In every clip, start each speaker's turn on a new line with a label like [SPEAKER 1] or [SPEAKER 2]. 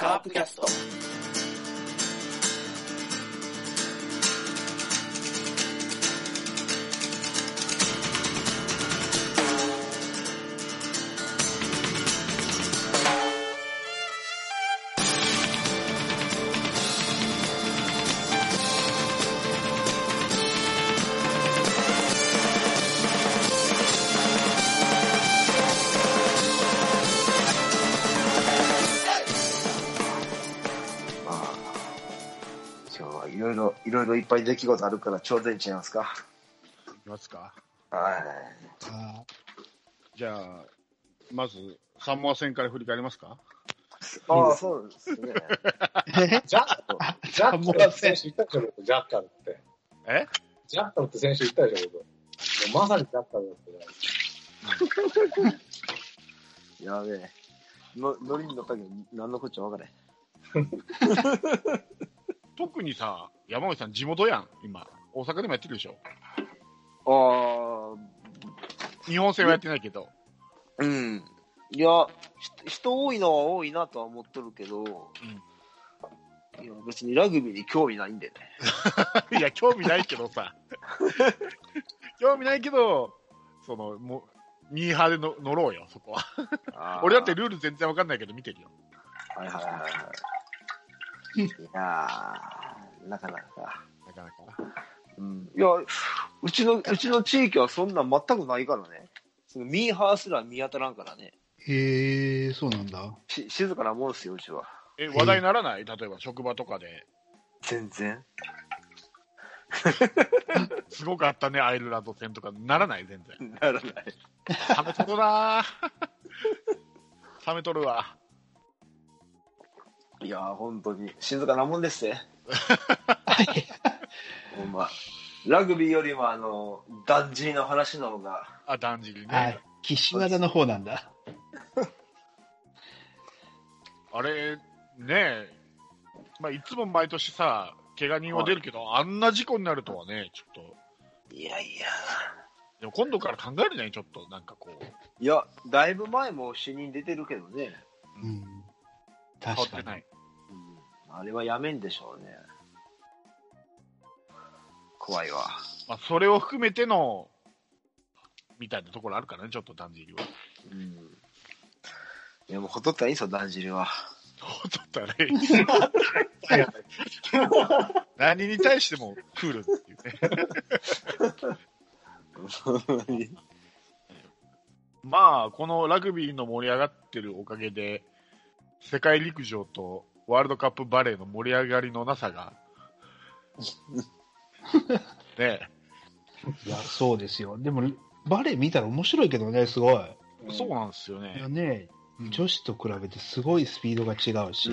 [SPEAKER 1] カープキャスト。
[SPEAKER 2] まあ、今日はいろいろ、いろいろいっぱい出来事あるから、ちょうどいいんちゃいますか。
[SPEAKER 3] いきますか。
[SPEAKER 2] はい。
[SPEAKER 3] じゃあ、まず、サモア戦から振り返りますか
[SPEAKER 2] ああ、そうですね。
[SPEAKER 4] ジャッカル、ジャッカルって選手いたでしょ、僕ジャッカルって。
[SPEAKER 3] え
[SPEAKER 4] ジャッカルって選手いたでしょ、僕。もうまさにジャッカルだったじゃないですか。
[SPEAKER 2] やべえ。の、のりに乗ったけど、何のこっちゃ分からへん。
[SPEAKER 3] 特にさ、山内さん地元やん、今。大阪でもやってるでしょ。
[SPEAKER 2] あ
[SPEAKER 3] 日本戦はやってないけど。
[SPEAKER 2] あ、うん。いや、ひ人多いのは多いなとは思っとるけど、いや、別にラグビーに興味ないんでね。
[SPEAKER 3] いや、興味ないけどさ。 興味ないけど、その、もう、ミーハーでの乗ろうよ、そこは。俺だってルール全然わかんないけど見てるよ。
[SPEAKER 2] はいはいはいはい。いやー、なかなか。
[SPEAKER 3] なかなか。
[SPEAKER 2] うん、いや、うちの、うちの地域はそんなん全くないからね。そのミーハーすら見当たらんからね。
[SPEAKER 5] へえ、そうなんだ。
[SPEAKER 2] し静かなもんですよ、うちは。
[SPEAKER 3] え、話題にならない例えば職場とかで。
[SPEAKER 2] 全然。
[SPEAKER 3] すごくあったね、アイルランド戦とか。ならない、全然。
[SPEAKER 2] ならない。
[SPEAKER 3] 冷めとるなー 冷めとるわ。
[SPEAKER 2] いやー、本当に。静かなもんです ね。ほんま。ラグビーよりも、あの、ダンジーの話の方が。
[SPEAKER 3] あ、だんじりね。
[SPEAKER 5] あ、岸和田の方なんだ。
[SPEAKER 3] あれ、ねえ、まあ、いつも毎年さ、怪我人は出るけど、あんな事故になるとはね、ちょっと、
[SPEAKER 2] いやいや。
[SPEAKER 3] でも今度から考えるね、ちょっと、なんかこう、
[SPEAKER 2] いや、だいぶ前も死人出てるけどね。
[SPEAKER 5] うん。
[SPEAKER 3] 変
[SPEAKER 5] 確
[SPEAKER 3] わ
[SPEAKER 5] か
[SPEAKER 3] っ
[SPEAKER 5] に。
[SPEAKER 3] てない。
[SPEAKER 2] うん、あれはやめんでしょうね。怖いわ。
[SPEAKER 3] まあ、それを含めての、みたいなところあるからね、ちょっと、だんじりは。
[SPEAKER 2] うん。いや、もうほとったらいいぞ、だんじり は。
[SPEAKER 3] そうだったらね 何に対してもクールっていうね。まあ、このラグビーの盛り上がってるおかげで、世界陸上とワールドカップバレーの盛り上がりのなさが、ね
[SPEAKER 5] いや、そうですよ。でも、バレエ見たら面白いけどね、すごい。
[SPEAKER 3] え、そうなんですよ
[SPEAKER 5] いや
[SPEAKER 3] ね。
[SPEAKER 5] ね、女子と比べてすごいスピードが違うし、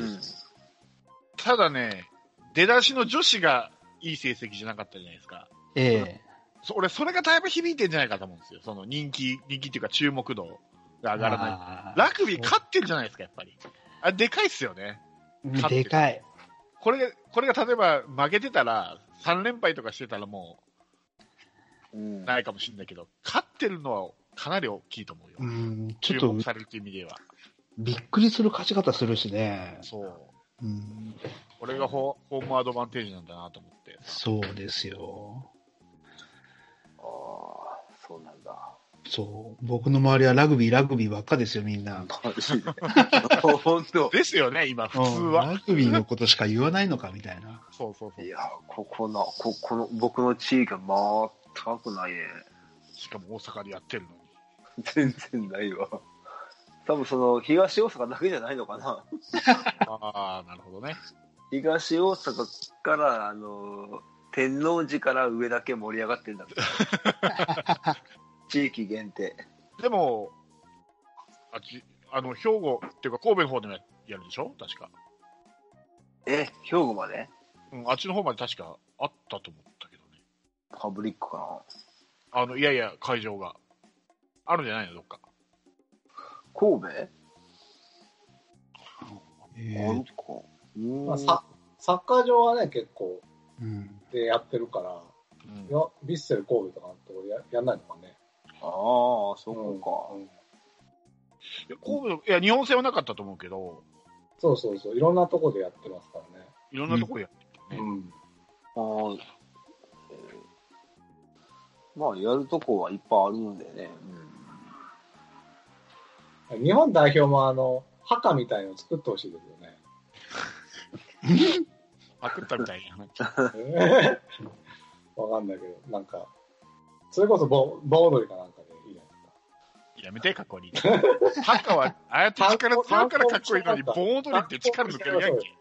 [SPEAKER 3] ただね、出だしの女子がいい成績じゃなかったじゃないですか。
[SPEAKER 5] ええ
[SPEAKER 3] そ俺、それがだいぶ響いてんじゃないかと思うんですよ。その人気、人気っていうか注目度が上がらない。
[SPEAKER 5] あ
[SPEAKER 3] ラグビー勝ってるじゃないですか、やっぱり。あれ、でかいっすよね。
[SPEAKER 5] ーでかい。
[SPEAKER 3] これ、これが例えば負けてたら、3連敗とかしてたらも
[SPEAKER 2] うん
[SPEAKER 3] うないかもしれないけど、勝ってるのはかなり大きいと思うよ。
[SPEAKER 5] うん、ちょ
[SPEAKER 3] 注
[SPEAKER 5] っと
[SPEAKER 3] 目されるっていう意味では。
[SPEAKER 5] びっくりする勝ち方するしね。
[SPEAKER 3] そう。
[SPEAKER 5] うん、
[SPEAKER 3] これがホホームアドバンテージなんだなと思って。
[SPEAKER 5] そうですよ。
[SPEAKER 2] ああ、そうなんだ。
[SPEAKER 5] そう。僕の周りはラグビー、ラグビーばっかですよ、みんな。
[SPEAKER 2] 本当。
[SPEAKER 3] ですよね、今、普通
[SPEAKER 5] うん
[SPEAKER 3] は。
[SPEAKER 5] ラグビーのことしか言わないのか、みたいな。
[SPEAKER 3] そうそうそう
[SPEAKER 2] い。や、ここの、ここの、僕の地域は全くないね。
[SPEAKER 3] しかも大阪でやってるのに。
[SPEAKER 2] 全然ないわ。多分その、東大阪だけじゃないのかな。
[SPEAKER 3] ああ、なるほどね。
[SPEAKER 2] 東大阪から、あの、天王寺から上だけ盛り上がってんだ けど。地域限定。
[SPEAKER 3] でも、あっち、あの、兵庫っていうか神戸の方でもややるでしょ確か。
[SPEAKER 2] え、兵庫まで
[SPEAKER 3] うん、あっちの方まで確かあったと思ったけどね。
[SPEAKER 2] パブリックかな。
[SPEAKER 3] あの、いやいや、会場が。あるんじゃないのどっか。
[SPEAKER 2] 神戸
[SPEAKER 5] え
[SPEAKER 2] あ
[SPEAKER 5] え
[SPEAKER 2] るか。うーん
[SPEAKER 4] まあササッカー場はね、結構
[SPEAKER 5] うん、
[SPEAKER 4] でやってるから、
[SPEAKER 3] うん
[SPEAKER 4] いやヴィッセル神戸とかのところややんないのかね。
[SPEAKER 2] ああ、そううんか。
[SPEAKER 4] うん
[SPEAKER 3] や神戸の、いや、日本戦はなかったと思うけど、
[SPEAKER 4] そうそうそう。いろんなとこでやってますからね。
[SPEAKER 3] いろんなところや、
[SPEAKER 4] うん。
[SPEAKER 2] あーえーまあ、やるとこはいっぱいあるんでね。
[SPEAKER 4] 日本代表もあの、墓みたいの作ってほしいですよね。
[SPEAKER 3] パクったみたいな。
[SPEAKER 4] わかんないけど、なんか、それこそボボードリかなんかでいいじゃないですか。
[SPEAKER 3] やめて、かっこいい。ハッカーは、ああやって力強いからかっこいいのに、盆踊りって力抜けるやんけ。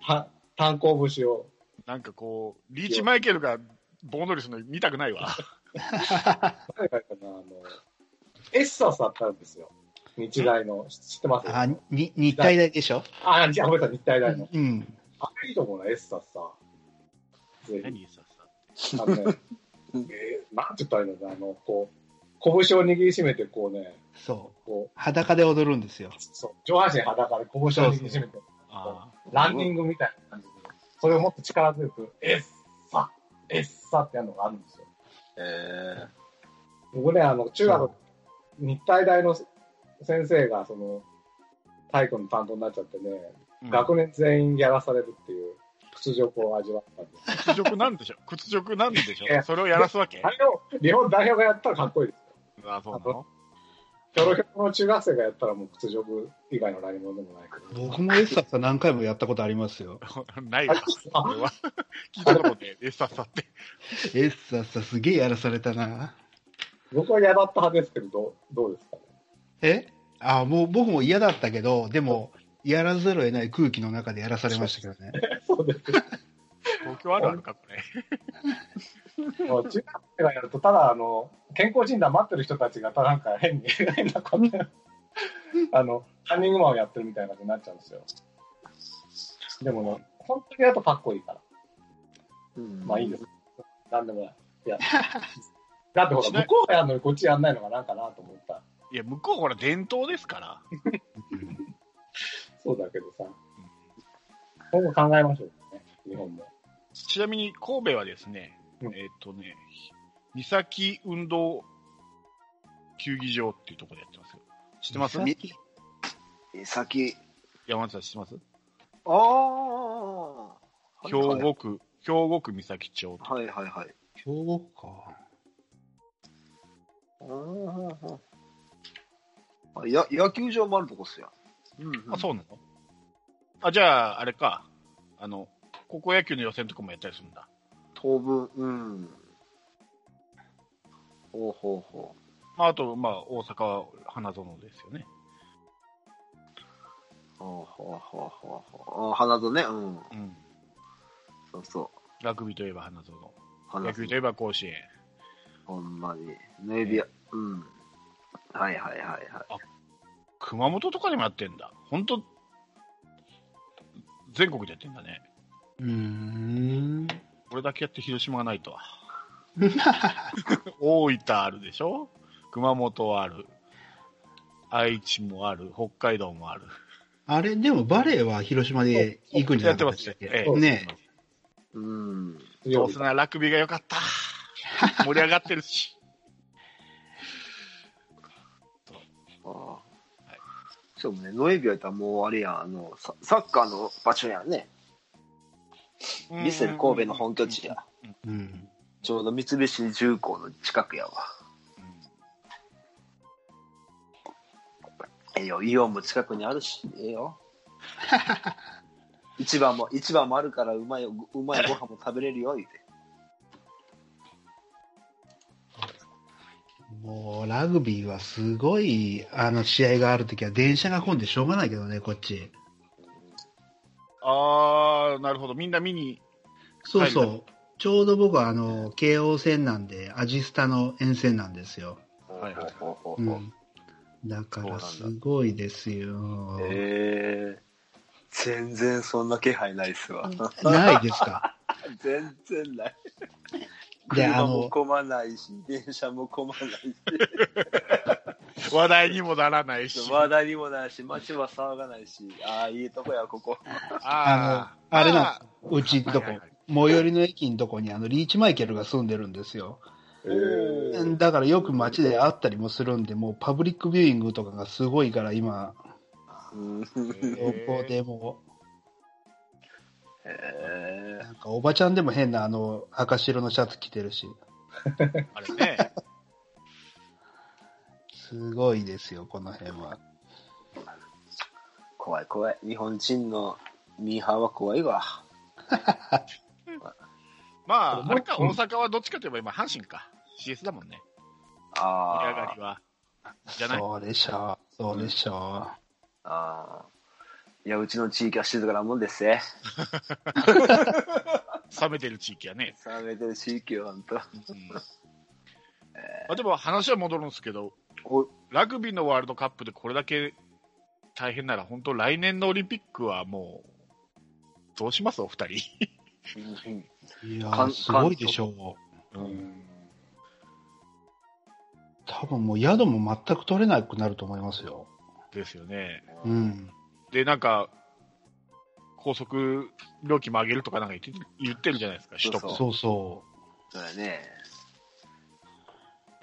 [SPEAKER 4] は炭鉱節を。
[SPEAKER 3] なんかこう、リーチマイケルが盆踊りするの見たくないわ。
[SPEAKER 4] 誰がやったかな、あの、エッサスあったんですよ。日大の。知ってます
[SPEAKER 5] あ、に、日体大でしょ
[SPEAKER 4] あ、じゃあごめんなさい、日体大の。
[SPEAKER 5] うん。
[SPEAKER 4] あれいいと思うな、エッサスさ。ぜ
[SPEAKER 3] 何ささ。
[SPEAKER 4] ひ。あの ね、えーなんて言ったらいいのかな、あの、こう、拳を握りしめて、こうね、
[SPEAKER 5] そう。
[SPEAKER 4] こ
[SPEAKER 5] 裸で踊るんですよ。
[SPEAKER 4] う、そう、上半身裸で拳を握りしめて、
[SPEAKER 3] あ
[SPEAKER 4] ランニングみたいな感じで、それをもっと力強く、エッサ、エッサってやるのがあるんですよ。
[SPEAKER 2] え
[SPEAKER 4] 僕ね、あの、中
[SPEAKER 5] そう
[SPEAKER 4] 学、日体大の先生が、その、体育の担当になっちゃってね、
[SPEAKER 3] あ。
[SPEAKER 4] 学年全員やらされるっていう屈辱を味わったんですよ。
[SPEAKER 3] 屈辱なんでしょ屈辱なんでし
[SPEAKER 4] いや
[SPEAKER 3] ょそれをやらすわけ
[SPEAKER 4] あれを日本代表がやったらかっこいいですよ。
[SPEAKER 3] あそうなの
[SPEAKER 4] ひょろひょろの中学生がやったらもう屈辱以外の何物でもないけど。
[SPEAKER 5] 僕もエッサーさん何回もやったことあります よ。
[SPEAKER 3] ない わ。
[SPEAKER 4] あ
[SPEAKER 3] 俺は。聞いたところで、え、ささって。
[SPEAKER 5] エッサーさんすげえやらされたな。
[SPEAKER 4] 僕は嫌だった派ですけど、どうどうですかね。
[SPEAKER 5] えあ、もう僕も嫌だったけど、でも、やらざるを得ない空気の中でやらされましたけどね。
[SPEAKER 4] そうです。
[SPEAKER 3] 東京あるあるか、これ。
[SPEAKER 4] もう中学生がやると、ただあの、健康診断待ってる人たちが、ただなんか変に、変なことやあの、カンニングマンをやってるみたいな感じになっちゃうんですよ。でもね、本当にやるとかっこいいから。
[SPEAKER 2] ー
[SPEAKER 4] まあいいです。。なんでもない。いや。だってほら、向こうがやるのにこっちやんないのがなんかなと思った。
[SPEAKER 3] いや、向こうほら、伝統ですから。
[SPEAKER 4] そうだけどさ。今後考えましょうね、日本も。
[SPEAKER 3] ちなみに神戸はですね、
[SPEAKER 4] うん
[SPEAKER 3] えーっ、とね、三崎運動球技場っていうところでやってますよ。知ってます
[SPEAKER 5] 三
[SPEAKER 2] え先。
[SPEAKER 3] 山内さん知ってます
[SPEAKER 2] ああ。
[SPEAKER 3] 兵庫区、兵庫区三崎町。
[SPEAKER 2] はいはいはい。
[SPEAKER 5] 兵庫か。
[SPEAKER 2] あや野球場もあるとこっすよ。うん、
[SPEAKER 3] あ、そうなのあ、じゃあ、あれか。あの、高校野球の予選とかもやったりするんだ。
[SPEAKER 2] 当分、うん。ほうほうほ
[SPEAKER 3] まあ、あと、まあ、大阪は花園ですよね。
[SPEAKER 2] う。ほうほうほうほうほう。あ、花園ね、うん。
[SPEAKER 3] うん。
[SPEAKER 2] そうそ
[SPEAKER 3] ラグビーといえば花園。
[SPEAKER 2] う。花
[SPEAKER 3] 野球といえば甲子園。
[SPEAKER 2] ほんまに。メディア、うん。はいはいはいはい。
[SPEAKER 3] 熊本とかでもやってんだ。本当全国でやってんだね。
[SPEAKER 5] うーん。
[SPEAKER 3] これだけやって広島がな いとは。大分あるでしょ熊本ある。愛知もある。北海道もある。
[SPEAKER 5] あれ、でもバレエは広島で行くんじゃな
[SPEAKER 3] やっ
[SPEAKER 5] か
[SPEAKER 3] てま
[SPEAKER 5] った
[SPEAKER 3] す
[SPEAKER 5] っ
[SPEAKER 3] ね。
[SPEAKER 5] け
[SPEAKER 3] え
[SPEAKER 4] そう
[SPEAKER 3] え
[SPEAKER 5] ね
[SPEAKER 2] うん。
[SPEAKER 3] どうせならラグビーが良 かった。盛り上がってるし。
[SPEAKER 2] ああ。はい。そうね、ノエビアやったらもうあれやん、あの、ササッカーの場所やんね。
[SPEAKER 3] ヴ
[SPEAKER 2] ヴィッセル神戸の本拠地や。。
[SPEAKER 5] うん。
[SPEAKER 2] ちょうど三菱重工の近くやわ。ええよ、イオンも近くにあるし、え えよ。市場も、市場もあるから、うまい、うまいご飯も食べれるよ、言うて。
[SPEAKER 5] もう、ラグビーはすごい、あの、試合があるときは電車が混んでしょうがないけどね、こっち。
[SPEAKER 3] あー、なるほど。みんな見に。
[SPEAKER 5] そうそ
[SPEAKER 3] は
[SPEAKER 5] う。ちょうど僕は、あの、京王線なんで、アジスタの沿線なんですよ。
[SPEAKER 3] はいはい
[SPEAKER 2] ほうほ
[SPEAKER 5] う。
[SPEAKER 2] うほうほうん
[SPEAKER 5] だから、
[SPEAKER 2] そ
[SPEAKER 5] す
[SPEAKER 2] うなん
[SPEAKER 5] ごいですよ。
[SPEAKER 2] ええ全然そんな気配ないっすわ。
[SPEAKER 5] ないですか。
[SPEAKER 2] 全然ない。
[SPEAKER 5] であ
[SPEAKER 2] 車
[SPEAKER 5] の
[SPEAKER 2] も混まないし、電車も混まない
[SPEAKER 3] 話題にもならないし。
[SPEAKER 2] し、 話題にもないし、街は騒がないし、ああ、いいとこや、ここ。
[SPEAKER 3] あー
[SPEAKER 5] あのあれなんうちんとこ
[SPEAKER 3] はいはいはい、
[SPEAKER 5] 最寄りの駅のとこに、あの、リーチマイケルが住んでるんですよ。
[SPEAKER 3] あ
[SPEAKER 4] えー
[SPEAKER 5] だからよく街で会ったりもするんで、もうパブリックビューイングとかがすごいから、今、
[SPEAKER 2] うん
[SPEAKER 5] ここでも
[SPEAKER 2] へえ
[SPEAKER 5] う、なんかおばちゃんでも変な、あの、赤白のシャツ着てるし、
[SPEAKER 3] あれね。
[SPEAKER 5] すごいですよ、この辺は。
[SPEAKER 2] 怖い怖い。日本人のミーハーは怖いわ。
[SPEAKER 3] ま あ、あれか、大阪はどっちかといえば今、阪神か。CS だもんね。盛り上が
[SPEAKER 2] あ
[SPEAKER 3] りは。じゃない
[SPEAKER 5] そうでしょう、そうでしょ
[SPEAKER 2] あ。ああ。いや、うちの地域は静かなもんですね。
[SPEAKER 3] 冷めてる地域やね。
[SPEAKER 2] 冷めてる地域は本当。
[SPEAKER 3] うんまあ、でも話は戻るんですけど、
[SPEAKER 2] お
[SPEAKER 3] ラグビーのワールドカップでこれだけ大変なら、本当、来年のオリンピックはもう、どうしますお二人。
[SPEAKER 2] うん
[SPEAKER 5] う。いや
[SPEAKER 2] か
[SPEAKER 5] ー、
[SPEAKER 2] ん
[SPEAKER 5] すごいでしょう。
[SPEAKER 4] うん
[SPEAKER 5] 多分もう宿も全く取れなくなると思いますよ。
[SPEAKER 3] ですよね。
[SPEAKER 5] うん。
[SPEAKER 3] で、なんか、高速料金も上げるとかなんか言って言ってるじゃないですか、首都
[SPEAKER 2] そう
[SPEAKER 5] そうそ
[SPEAKER 2] そうだね。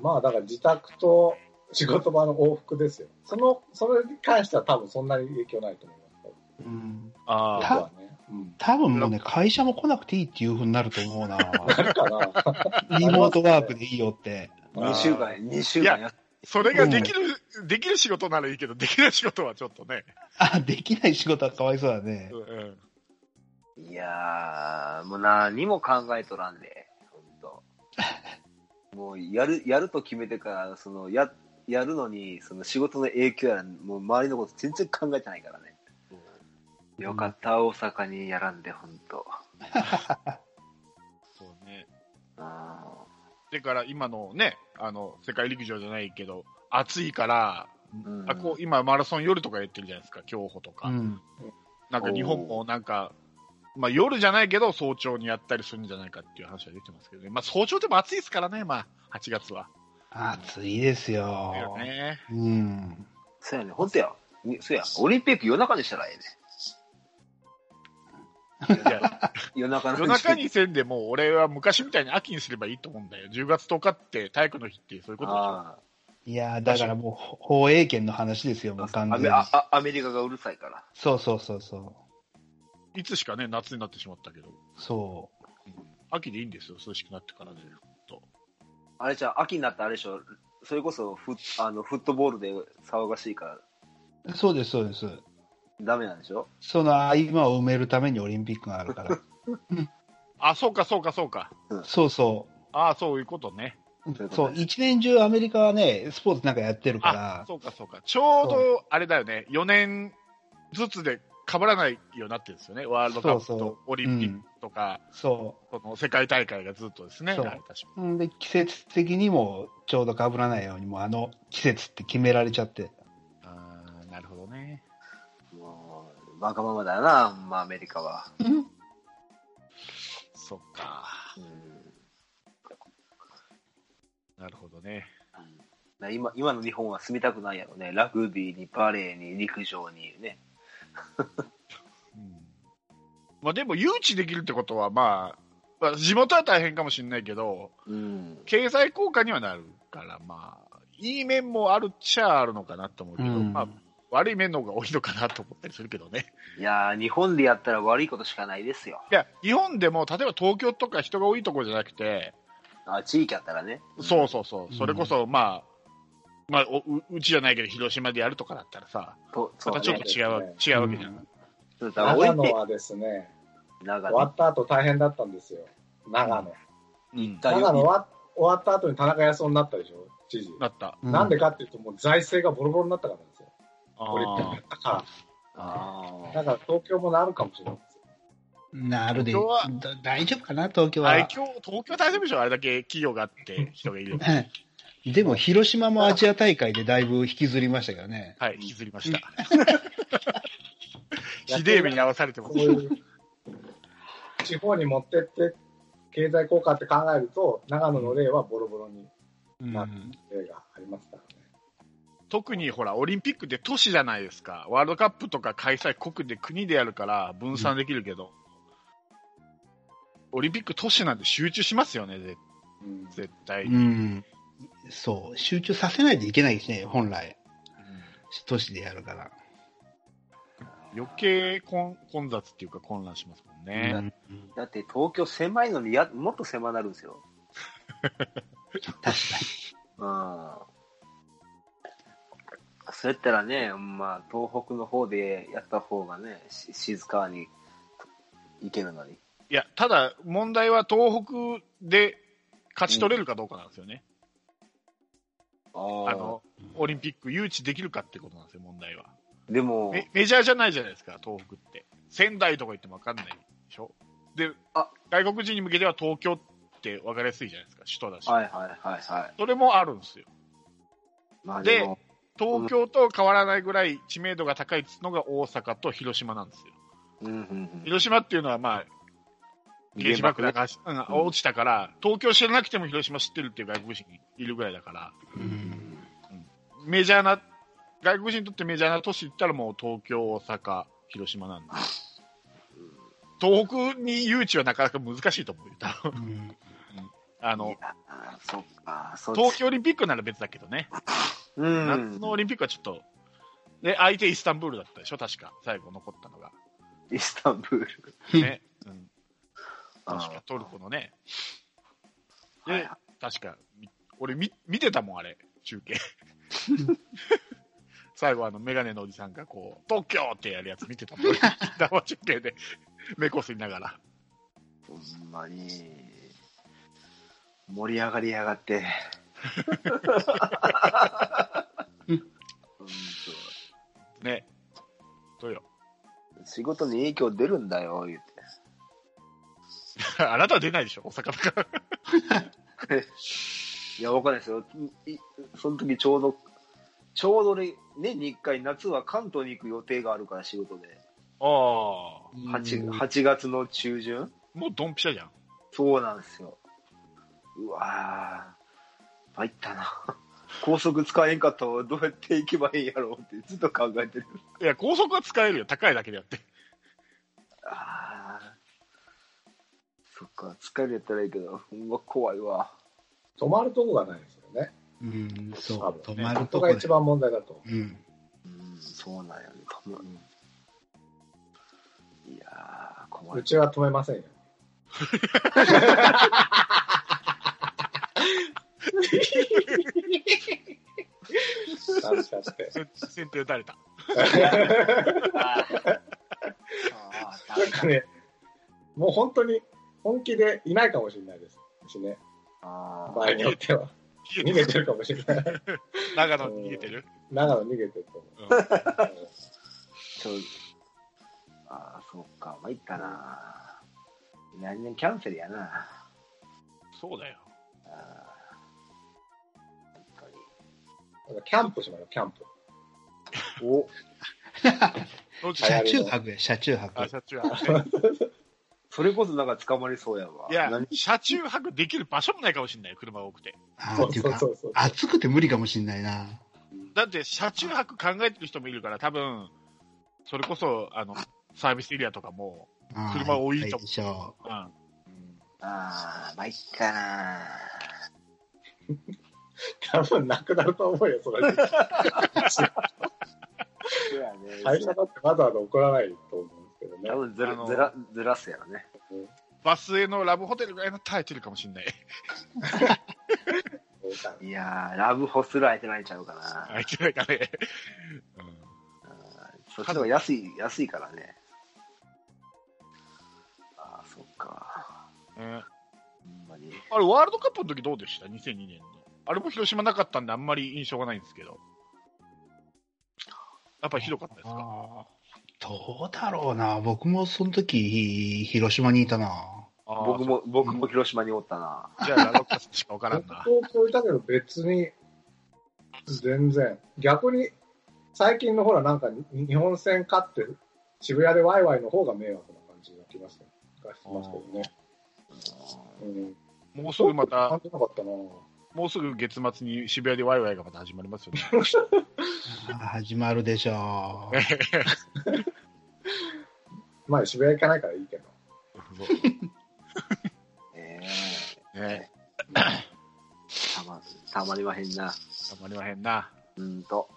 [SPEAKER 4] まあだから自宅と仕事場の往復ですよ。その、それに関しては多分そんなに影響ないと思います。
[SPEAKER 5] う。うん。
[SPEAKER 3] あ
[SPEAKER 4] 僕
[SPEAKER 3] あ、
[SPEAKER 4] は ね。うん。
[SPEAKER 5] 多分もうね、会社も来なくていいっていうふうになると思うな。
[SPEAKER 4] なるかな。
[SPEAKER 5] リモートワークでいいよって。
[SPEAKER 2] 2週間、2週間やっ
[SPEAKER 3] それができる、できる仕事ならいいけど、できない仕事はちょっとね。
[SPEAKER 5] あ、できない仕事はかわいそうだね
[SPEAKER 3] う。ん
[SPEAKER 2] いやー、もう何も考えとらんで、ほんと。もうやる、やると決めてから、その、や、やるのに、その仕事の影響やら、もう周りのこと全然考えてないからね。よかった、大阪にやらんで、ほんと。
[SPEAKER 3] そうね。
[SPEAKER 2] あ
[SPEAKER 3] だから今のね、あの、世界陸上じゃないけど、暑いから、
[SPEAKER 2] うん
[SPEAKER 3] あこう今マラソン夜とかやってるじゃないですか、競歩とか。
[SPEAKER 5] うん。
[SPEAKER 3] なんか日本もなんか、まあ夜じゃないけど早朝にやったりするんじゃないかっていう話は出てますけどね。まあ早朝でも暑いですからね、まあ8月は。
[SPEAKER 5] 暑いです
[SPEAKER 3] だよ
[SPEAKER 5] よ。
[SPEAKER 3] ね。
[SPEAKER 5] うん。
[SPEAKER 2] そうやね、ほんとや。にそうや、オリンピック夜中にしたらええね。
[SPEAKER 3] いや
[SPEAKER 2] 夜中の
[SPEAKER 3] 夜中にせんでもう俺は昔みたいに秋にすればいいと思うんだよ。10月10日って体育の日ってそういうことでしょ。
[SPEAKER 2] あ
[SPEAKER 5] いやーだからもう、放映権の話ですよ、もう
[SPEAKER 2] あ
[SPEAKER 5] 完
[SPEAKER 2] ア
[SPEAKER 5] 全に
[SPEAKER 2] メ。ああアメリカがうるさいから。
[SPEAKER 5] そうそうそうそ
[SPEAKER 3] いつしかね、夏になってしまったけど。
[SPEAKER 5] う。そう。
[SPEAKER 3] 秋でいいんですよ、涼しくなってからで。
[SPEAKER 2] あれじゃあ、秋になったらあれでしょ、それこそフッあのフットボールで騒がしいから、
[SPEAKER 5] そうです、そうです。
[SPEAKER 2] ダメなんでしょ
[SPEAKER 5] その合間を埋めるためにオリンピックがある から。
[SPEAKER 3] あ、そうか、そうか、そうか。
[SPEAKER 5] そうそう。
[SPEAKER 3] ああ、そういうことね。
[SPEAKER 2] ということ
[SPEAKER 5] そう、一年中アメリカはね、スポーツなんかやってる
[SPEAKER 3] あ
[SPEAKER 5] か、
[SPEAKER 3] そうか、そうか。ちょうど、あれだよね、4年ずつで被らないようになってるんですよね。ワールドカップ
[SPEAKER 5] そうそう
[SPEAKER 3] とオリンピックとか、
[SPEAKER 5] ら、そ
[SPEAKER 3] その世界大会がずっとですね。
[SPEAKER 5] そう
[SPEAKER 3] あれ確か
[SPEAKER 5] う。んで、季節的にもちょうど被らないように、もうあの季節って決められちゃって。
[SPEAKER 3] あーなるほどね。
[SPEAKER 2] もう、わがままだな、まあ、アメリカは。
[SPEAKER 3] そっか。
[SPEAKER 2] うん
[SPEAKER 3] なるほどね。
[SPEAKER 2] な今今の日本は住みたくないやろね。ラグビーにバレーに陸上にね。
[SPEAKER 3] うんまあでも、誘致できるってことは、まあ、まあ、地元は大変かもしれないけど、
[SPEAKER 2] うん。
[SPEAKER 3] 経済効果にはなるから、まあ、いい面もあるっちゃあるのかなと思うけど、
[SPEAKER 5] うん
[SPEAKER 3] まあ、悪い面の方が多いのかなと思ったりするけどね。
[SPEAKER 2] いやー、日本でやったら悪いことしかないですよ。
[SPEAKER 3] いや、日本でも、例えば東京とか人が多いところじゃなくて、
[SPEAKER 2] あ、地域あったらね。
[SPEAKER 3] そうそうそうう、
[SPEAKER 5] ん
[SPEAKER 3] それこそ、まあ、まあ、おううちじゃないけど、広島でやるとかだったらさ、
[SPEAKER 2] とそ
[SPEAKER 3] ま
[SPEAKER 2] う
[SPEAKER 3] た
[SPEAKER 2] ね。
[SPEAKER 3] ちょっと違う、違うわけじゃん。
[SPEAKER 2] そうだからオリ
[SPEAKER 4] 長
[SPEAKER 2] ンピ
[SPEAKER 4] 野
[SPEAKER 2] ック
[SPEAKER 4] はですね、
[SPEAKER 2] 長
[SPEAKER 4] 終
[SPEAKER 2] 野
[SPEAKER 4] わった後大変だったんですよ。長野。
[SPEAKER 3] うん
[SPEAKER 2] だよ
[SPEAKER 4] 長野終わ終わった後に田中康夫になったでしょ、知事。
[SPEAKER 3] なった。
[SPEAKER 5] う
[SPEAKER 4] なんでかっていうと、もう財政がボロボロになったからなんですよ。
[SPEAKER 3] あ
[SPEAKER 4] これ
[SPEAKER 3] ー
[SPEAKER 4] だか
[SPEAKER 2] あ
[SPEAKER 4] ら、
[SPEAKER 2] ー
[SPEAKER 4] だから東京もなるかもしれないですよ。
[SPEAKER 5] なるで、
[SPEAKER 3] 東京は
[SPEAKER 5] だ大丈夫かな、東京
[SPEAKER 3] あれ
[SPEAKER 5] は。
[SPEAKER 3] 今日東京大丈夫でしょ、あれだけ企業があって、人がいる。
[SPEAKER 5] でも、広島もアジア大会でだいぶ引きずりましたけどね。
[SPEAKER 3] はい、引きずりました。 ひでえ目に遭わされてます
[SPEAKER 4] そう。いう、地方に持ってって、経済効果って考えると、長野の例はボロボロに
[SPEAKER 5] うん
[SPEAKER 4] ん例がありますからね。
[SPEAKER 3] 特にほら、オリンピックって都市じゃないですか。ワールドカップとか開催国で国でやるから分散できるけど、オリンピック都市なんで集中しますよね、絶
[SPEAKER 4] うん
[SPEAKER 3] 絶対。
[SPEAKER 5] うん。そう。集中させないといけないですね、本来。都市でやるから。
[SPEAKER 3] 余計混混雑っていうか混乱しますもんね。
[SPEAKER 5] うん
[SPEAKER 2] だって東京狭いのにや、もっと狭なるんですよ。
[SPEAKER 5] 確かに。
[SPEAKER 2] うん。そうやったらね、まあ、東北の方でやった方がね、し静かに行けるのに。
[SPEAKER 3] いや、ただ問題は東北で勝ち取れるかどうかなんですよね。
[SPEAKER 2] あ
[SPEAKER 3] あ
[SPEAKER 2] あ
[SPEAKER 3] の、オリンピック誘致できるかってことなんですよ、問題は。
[SPEAKER 2] でも、
[SPEAKER 3] メメジャーじゃないじゃないですか、東北って。仙台とか行っても分かんないでしょ。で
[SPEAKER 2] あ、
[SPEAKER 3] 外国人に向けては東京って分かりやすいじゃないですか、首都だし。
[SPEAKER 2] はいはいはいはい。
[SPEAKER 3] それもあるんですよ。
[SPEAKER 2] まあ
[SPEAKER 3] で
[SPEAKER 2] でも、
[SPEAKER 3] 東京と変わらないぐらい知名度が高いのが大阪と広島なんですよ。
[SPEAKER 2] うんうん
[SPEAKER 3] 広島っていうのは、まあ、
[SPEAKER 2] うん。
[SPEAKER 3] 原子爆弾が、うん
[SPEAKER 2] うん
[SPEAKER 3] 落ちたから、東京知らなくても広島知ってるっていう外国人いるぐらいだから、
[SPEAKER 5] うん
[SPEAKER 3] メジャーな、外国人にとってメジャーな都市行ったらもう東京、大阪、広島なんで。東北に誘致はなかなか難しいと思うよ。多分
[SPEAKER 5] うん
[SPEAKER 3] あ
[SPEAKER 2] い
[SPEAKER 3] の
[SPEAKER 2] や、ーそっか、そう
[SPEAKER 3] 東京オリンピックなら別だけどね。
[SPEAKER 2] うん、
[SPEAKER 3] 夏のオリンピックはちょっと、で、相手イスタンブールだったでしょ確か。最後残ったのが。
[SPEAKER 2] イスタンブール。
[SPEAKER 3] ね。うん確
[SPEAKER 2] あ
[SPEAKER 3] かトルコのね。
[SPEAKER 2] ーはい
[SPEAKER 3] で、確か、み俺み見てたもん、あれ、中 継。最後、あの、メガネのおじさんが、こう、東京ってやるやつ見て たもん、俺生中継で、目こすりながら。
[SPEAKER 2] ほんまに、盛り上がりやがって。
[SPEAKER 5] うん
[SPEAKER 2] ほん
[SPEAKER 3] ね。そうよ。
[SPEAKER 2] と仕事に影響出るんだよ、言って。
[SPEAKER 3] あなたは出ないでしょ、大阪だから。
[SPEAKER 2] いや、わかんないですよ。いその時ちょうど、ちょうどね、年に1回夏は関東に行く予定があるから仕事で。
[SPEAKER 3] ああ。
[SPEAKER 2] 8, 8月の中旬
[SPEAKER 3] もうドンピシャじゃん。
[SPEAKER 2] そうなんですよ。うわぁ、参ったな。 高速使えんかったらどうやって行けばいいんやろうってずっと考えてる。
[SPEAKER 3] いや、高速は使えるよ、高いだけでやって。
[SPEAKER 2] ああ。そっか、疲れやったらいいけど、ほんま怖いわ。
[SPEAKER 4] 止まるとこがないですよね。
[SPEAKER 5] うん、そ
[SPEAKER 4] 多
[SPEAKER 5] う。
[SPEAKER 4] 分
[SPEAKER 5] 止
[SPEAKER 4] ね
[SPEAKER 5] まる
[SPEAKER 4] そ
[SPEAKER 5] と
[SPEAKER 4] こが
[SPEAKER 5] こ
[SPEAKER 4] 一番問題だと。
[SPEAKER 5] うん。
[SPEAKER 2] うん、そうなんやね。多分いやー、怖
[SPEAKER 4] う
[SPEAKER 2] い。
[SPEAKER 4] ちは止めませんよ。確かして。
[SPEAKER 3] せ先手打 たれた。
[SPEAKER 2] あーあー、
[SPEAKER 4] なんかね、もう本当に本気でいないかもしれないですしね、
[SPEAKER 2] あ
[SPEAKER 4] 場合によっては。
[SPEAKER 3] 逃げて
[SPEAKER 4] 逃げ
[SPEAKER 3] る。
[SPEAKER 4] てるかもしれない。
[SPEAKER 3] 長野逃げてる。
[SPEAKER 4] 長野逃げてると思
[SPEAKER 3] うん
[SPEAKER 4] う。
[SPEAKER 2] ーちょあー、そっか、参ったな。来年キャンセルやな。
[SPEAKER 3] そうだよ。
[SPEAKER 2] あー本
[SPEAKER 4] なんかキャンプしましょう、キャンプ。
[SPEAKER 2] 当に。お
[SPEAKER 3] どっち
[SPEAKER 5] 車中泊や、車中泊
[SPEAKER 3] あ、。車中泊ね。
[SPEAKER 2] それこそなんか捕まりそうやわ。
[SPEAKER 3] いや
[SPEAKER 2] 何、
[SPEAKER 3] 車中泊できる場所もないかもしれないよ、車多くて。
[SPEAKER 5] あ
[SPEAKER 4] そ
[SPEAKER 5] ーっ
[SPEAKER 4] う
[SPEAKER 5] てい
[SPEAKER 4] そうう
[SPEAKER 5] か
[SPEAKER 4] そ、うそう。
[SPEAKER 5] 暑くて無理かもしんないな。
[SPEAKER 3] だって、車中泊考えてる人もいるから、多分、それこそ、あの、サービスエリアとかも、
[SPEAKER 5] あー
[SPEAKER 3] 車多いと
[SPEAKER 5] でしょ
[SPEAKER 3] うん。あ
[SPEAKER 2] ああ、参ったな。
[SPEAKER 4] 多分なくなると思うよ、それ。
[SPEAKER 2] そうやね
[SPEAKER 4] 会社だってわざわざ怒らないと思うんですけどね
[SPEAKER 2] 多。分ず
[SPEAKER 3] あ
[SPEAKER 2] ら
[SPEAKER 3] の
[SPEAKER 2] ずらずらすやろね。
[SPEAKER 3] バスへのラブホテルぐらいの耐えてるかもし れない。
[SPEAKER 4] そうか
[SPEAKER 2] いやー、ラブホすら空いてないんちゃうかな。
[SPEAKER 3] あいつらがね。うん
[SPEAKER 2] そっちの方が安い安いからね。ああ、そっか。
[SPEAKER 3] うん
[SPEAKER 2] ほんまに。
[SPEAKER 3] あれ、ワールドカップの時どうでした ?2002 年の。あれも広島なかったんで、あんまり印象がないんですけど。やっぱりひどかったです
[SPEAKER 5] う。
[SPEAKER 3] か
[SPEAKER 5] あーどうだろうな。僕もその時、広島にいたな。
[SPEAKER 3] あー
[SPEAKER 2] 僕。も僕も広島におったな。
[SPEAKER 3] そうじゃあ、ラブカップしかわから んな。
[SPEAKER 4] 東京いたけど別に、全然。逆に、最近のほら、なんかに日本戦勝って、渋谷でワイワイの方が迷惑な感じがきますね。がしますけどね。うん。
[SPEAKER 3] もうすぐまた
[SPEAKER 4] 感、じなかったな
[SPEAKER 3] もうすぐ月末に渋谷でワイワイがまた始まりますよね。
[SPEAKER 5] あー始まるでしょう。
[SPEAKER 4] まあ、渋谷行かないからいいけど。
[SPEAKER 3] そう
[SPEAKER 2] ええ
[SPEAKER 3] ね、
[SPEAKER 2] たまりまへんな。
[SPEAKER 3] たまりまへんな。
[SPEAKER 2] うーんと。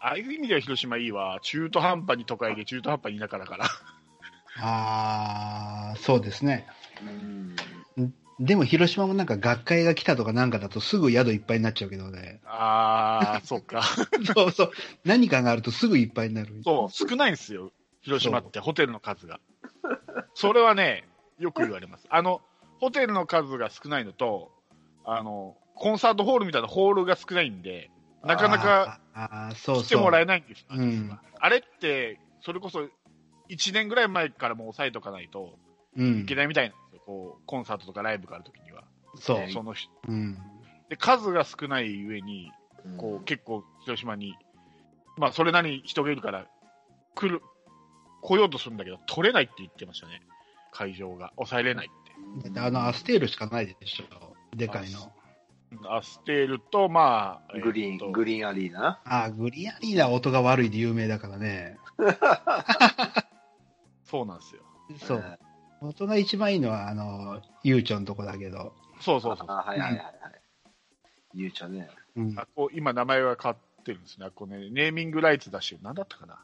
[SPEAKER 3] ああいう意味では広島いいわ。中途半端に都会で中途半端に田舎だから。
[SPEAKER 5] ああ、そうですね。
[SPEAKER 2] うん。
[SPEAKER 5] でも広島もなんか学会が来たとかなんかだとすぐ宿いっぱいになっちゃうけどね。
[SPEAKER 3] あ ー、そっ か。
[SPEAKER 5] そうそう。何かがあるとすぐいっぱいになる。
[SPEAKER 3] そう、少ないんですよ。広島って、ホテルの数が。それはね、よく言われます。あの、ホテルの数が少ないのと、あの、コンサートホールみたいなホールが少ないんで、なかなか
[SPEAKER 5] あー、あーそうそう。
[SPEAKER 3] 来てもらえないんです。
[SPEAKER 5] うん
[SPEAKER 3] あれって、それこそ1年ぐらい前からもう抑えとかないと
[SPEAKER 5] うん
[SPEAKER 3] いけないみたいなんですよ。こう、コンサートとかライブがあるときには。
[SPEAKER 5] そう。
[SPEAKER 3] その人
[SPEAKER 5] うん。
[SPEAKER 3] で数が少ない上に、こう結構広島に、まあ、それなりに人がいるから来る来ようとするんだけど取れないって言ってましたね会場が抑えれないって
[SPEAKER 5] だってあのアステールしかないでしょ。でかいの。
[SPEAKER 3] アステールとまあ
[SPEAKER 2] グリーン、グ
[SPEAKER 3] リ
[SPEAKER 2] リーンアリーナ
[SPEAKER 5] ああ、グリアリーナ音が悪いで有名だからね。
[SPEAKER 3] そうなんですよ
[SPEAKER 5] そう。音が一番いいのは、あの、ゆうちょんとこだけど。
[SPEAKER 3] そ
[SPEAKER 2] そ
[SPEAKER 3] うそう
[SPEAKER 2] そ
[SPEAKER 3] うそうう
[SPEAKER 2] あ、はいはいはいはい。ゆうちゃんね。
[SPEAKER 5] うん。
[SPEAKER 3] あこう今名前は変わってるんですねあこうねネーミングライツだし何だったかな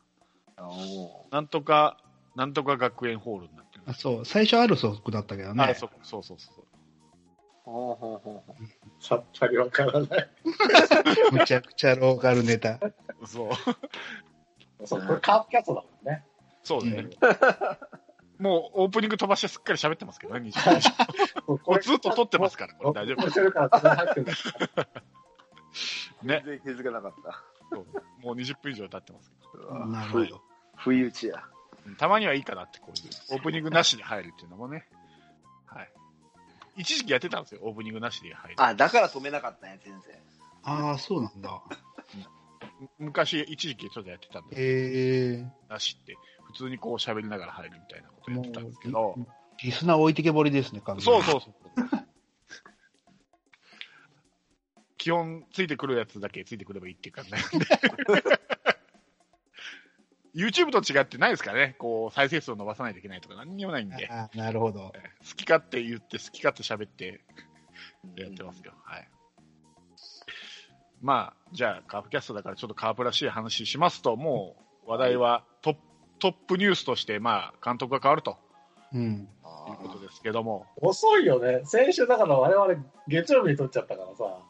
[SPEAKER 2] お
[SPEAKER 3] なんとかなんとか学園ホールになってるん
[SPEAKER 5] あ
[SPEAKER 3] です
[SPEAKER 5] そう。最初アルソックだったけどね。
[SPEAKER 3] あそそうそうそう
[SPEAKER 2] ほうほうほうほ
[SPEAKER 4] さっぱりわからない。
[SPEAKER 5] むちゃくちゃローカルネタ。
[SPEAKER 3] そうそう
[SPEAKER 4] そう、これカープキャストだもんね。
[SPEAKER 3] そうですね、 もうオープニング飛ばしてすっかり喋ってますけどね、20分
[SPEAKER 4] そうこ
[SPEAKER 3] も
[SPEAKER 4] れ
[SPEAKER 3] うずっと撮ってますから、これ大丈夫
[SPEAKER 4] 録音してるから、それ入ってるんだ
[SPEAKER 2] う。
[SPEAKER 3] ね
[SPEAKER 2] 全然気づかなかった。
[SPEAKER 3] そうもう20分以上経ってますけ
[SPEAKER 2] うわ
[SPEAKER 5] なるほど。
[SPEAKER 2] 不意打ちや。
[SPEAKER 3] ど、たまにはいいかなって、こういう、オープニングなしで入るっていうのもね、はい、一時期やってたんですよ、オープニングなしで入る。
[SPEAKER 2] あ、だから止めなかったんや、全然。
[SPEAKER 5] ああ、そうなんだ。
[SPEAKER 3] 昔、一時期ちょっとやってたんです
[SPEAKER 5] え
[SPEAKER 3] けど、なしって、普通にこう喋りながら入るみたいなこと
[SPEAKER 5] え
[SPEAKER 3] やってたんですけど、
[SPEAKER 5] リスナー置いてけぼりですね、完全
[SPEAKER 3] そう
[SPEAKER 5] に
[SPEAKER 3] そうそう。基本、ついてくるやつだけついてくればいいっていう感じなんで。YouTube と違ってないですからね、こう、再生数を伸ばさないといけないとか、何にもないんで。
[SPEAKER 5] ああ、なるほど。
[SPEAKER 3] 好き勝手言って好き勝手喋ってやってますよ、はいまあじゃあカープキャストだからちょっとカープらしい話しますともう話題はトップトップニュースとして、まあ、監督が変わると
[SPEAKER 5] うん。
[SPEAKER 2] あ
[SPEAKER 3] いうこと
[SPEAKER 2] ー
[SPEAKER 3] ですけども、
[SPEAKER 4] 遅いよね。先週だから我々月曜日に撮っちゃったからさ。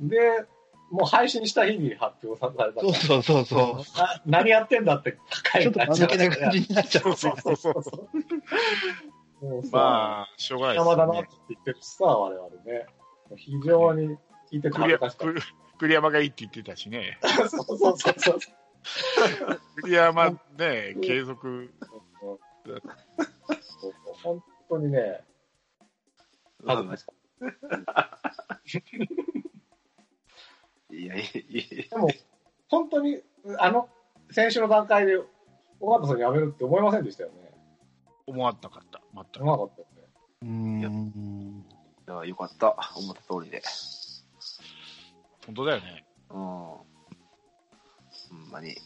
[SPEAKER 3] うん、
[SPEAKER 4] で、もう配信した日に発表されたか
[SPEAKER 5] そう
[SPEAKER 4] ら。
[SPEAKER 5] そうそうそ
[SPEAKER 4] あ何やってんだって
[SPEAKER 5] う。
[SPEAKER 4] 高
[SPEAKER 5] ちょっ
[SPEAKER 4] い
[SPEAKER 5] と間抜けな感じになっちゃう。
[SPEAKER 3] そうそうそうそう
[SPEAKER 4] そう。もうさ、
[SPEAKER 3] まあしょうがないです
[SPEAKER 4] 邪魔だ
[SPEAKER 3] よ
[SPEAKER 4] なっ
[SPEAKER 3] ね
[SPEAKER 4] て言ってるしさ、我々ね。非常に聞いてて恥
[SPEAKER 3] 栗
[SPEAKER 4] ず
[SPEAKER 3] 山
[SPEAKER 4] かしかっ
[SPEAKER 3] 栗栗山がいいって言ってたしね
[SPEAKER 4] た。そうそうそうそう。
[SPEAKER 3] 栗山ね継続
[SPEAKER 4] 本当にね、恥ずかしかっ
[SPEAKER 2] いやいやい
[SPEAKER 4] た。でも、本当に、あの、先週の段階で、尾形さん辞めるって思いませんでしたよね。
[SPEAKER 3] 思わなかった全
[SPEAKER 4] 思わなかったよね。
[SPEAKER 5] うーん。
[SPEAKER 2] や、よかった。思った通りで。
[SPEAKER 3] く本当だよね
[SPEAKER 2] うん。ほんまに。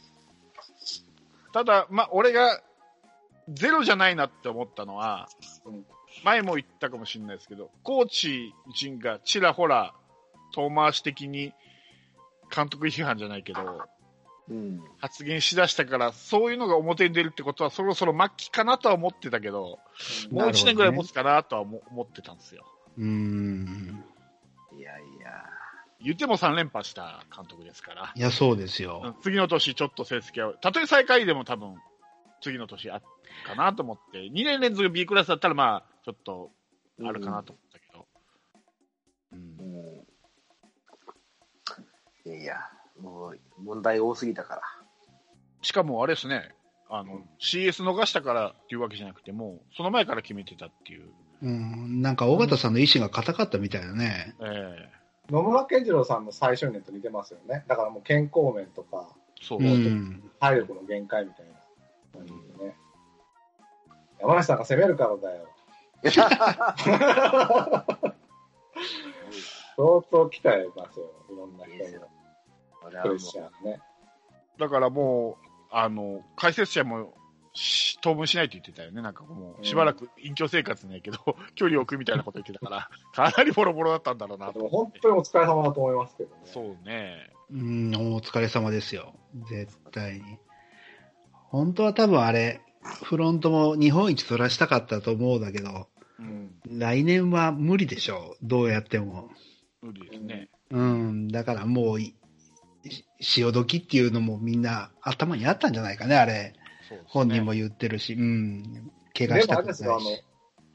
[SPEAKER 3] ただ、まあ、俺がゼロじゃないなって思ったのは、
[SPEAKER 4] うん
[SPEAKER 3] 前も言ったかもしれないですけど、コーチ陣がちらほら遠回し的に監督批判じゃないけど、
[SPEAKER 2] うん。
[SPEAKER 3] 発言しだしたから、そういうのが表に出るってことは、そろそろ末期かなとは思ってたけど、もう1年ぐらい持つかなとは思思ってたんですよ。
[SPEAKER 5] うーん。
[SPEAKER 2] いやいや。
[SPEAKER 3] 言っても3連覇した監督ですから、
[SPEAKER 5] いや、そうです
[SPEAKER 3] う
[SPEAKER 5] よ
[SPEAKER 3] ん。次の年、ちょっと成績は、たとえ最下位でも多分、次の年あっかなと思って、2年連続 B クラスだったら、まあ、ちょっとあるかなと思ったけど、
[SPEAKER 2] うん。いやいや、もう問題多すぎたから。
[SPEAKER 3] しかもあれですね、あの CS 逃したからっていうわけじゃなくて、もうその前から決めてたっていう、
[SPEAKER 5] うん。なんか、尾形さんの意志が固かったみたいだね。
[SPEAKER 3] ええ
[SPEAKER 4] 野村健次郎さんの最終年と似てますよね。だからもう健康面とか、
[SPEAKER 3] そう、
[SPEAKER 5] うん。
[SPEAKER 4] 体力の限界みたいな。ね、山梨さんが攻めるからだよ。相当鍛えますよ、いろんな人の
[SPEAKER 2] 俺はも
[SPEAKER 4] プレ
[SPEAKER 2] う
[SPEAKER 4] ッシャーね。
[SPEAKER 3] だからもう、あの解説者もし当分しないって言ってたよね。なんかもう、しばらく隠居生活ねけど、 距離を置くみたいなこと言ってたから、かなりボロボロだったんだろうな
[SPEAKER 4] で
[SPEAKER 3] と。
[SPEAKER 4] も本当にお疲れ様だと思いますけどね。
[SPEAKER 3] そうね。
[SPEAKER 5] うん、お疲れ様ですよ。絶対に。本当は多分あれ、フロントも日本一取らしたかったと思うんだけど、
[SPEAKER 3] うん。
[SPEAKER 5] 来年は無理でしょう。どうやっても。
[SPEAKER 3] 無理ですね。
[SPEAKER 5] うん、だからもうい、し潮時っていうのもみんな頭にあったんじゃないかね、あれ。
[SPEAKER 3] そうですね
[SPEAKER 5] 本人も。言ってるし、うん。怪我
[SPEAKER 4] で
[SPEAKER 5] し
[SPEAKER 4] もあ
[SPEAKER 5] たくな
[SPEAKER 4] れで
[SPEAKER 5] いし
[SPEAKER 4] すよ、あの、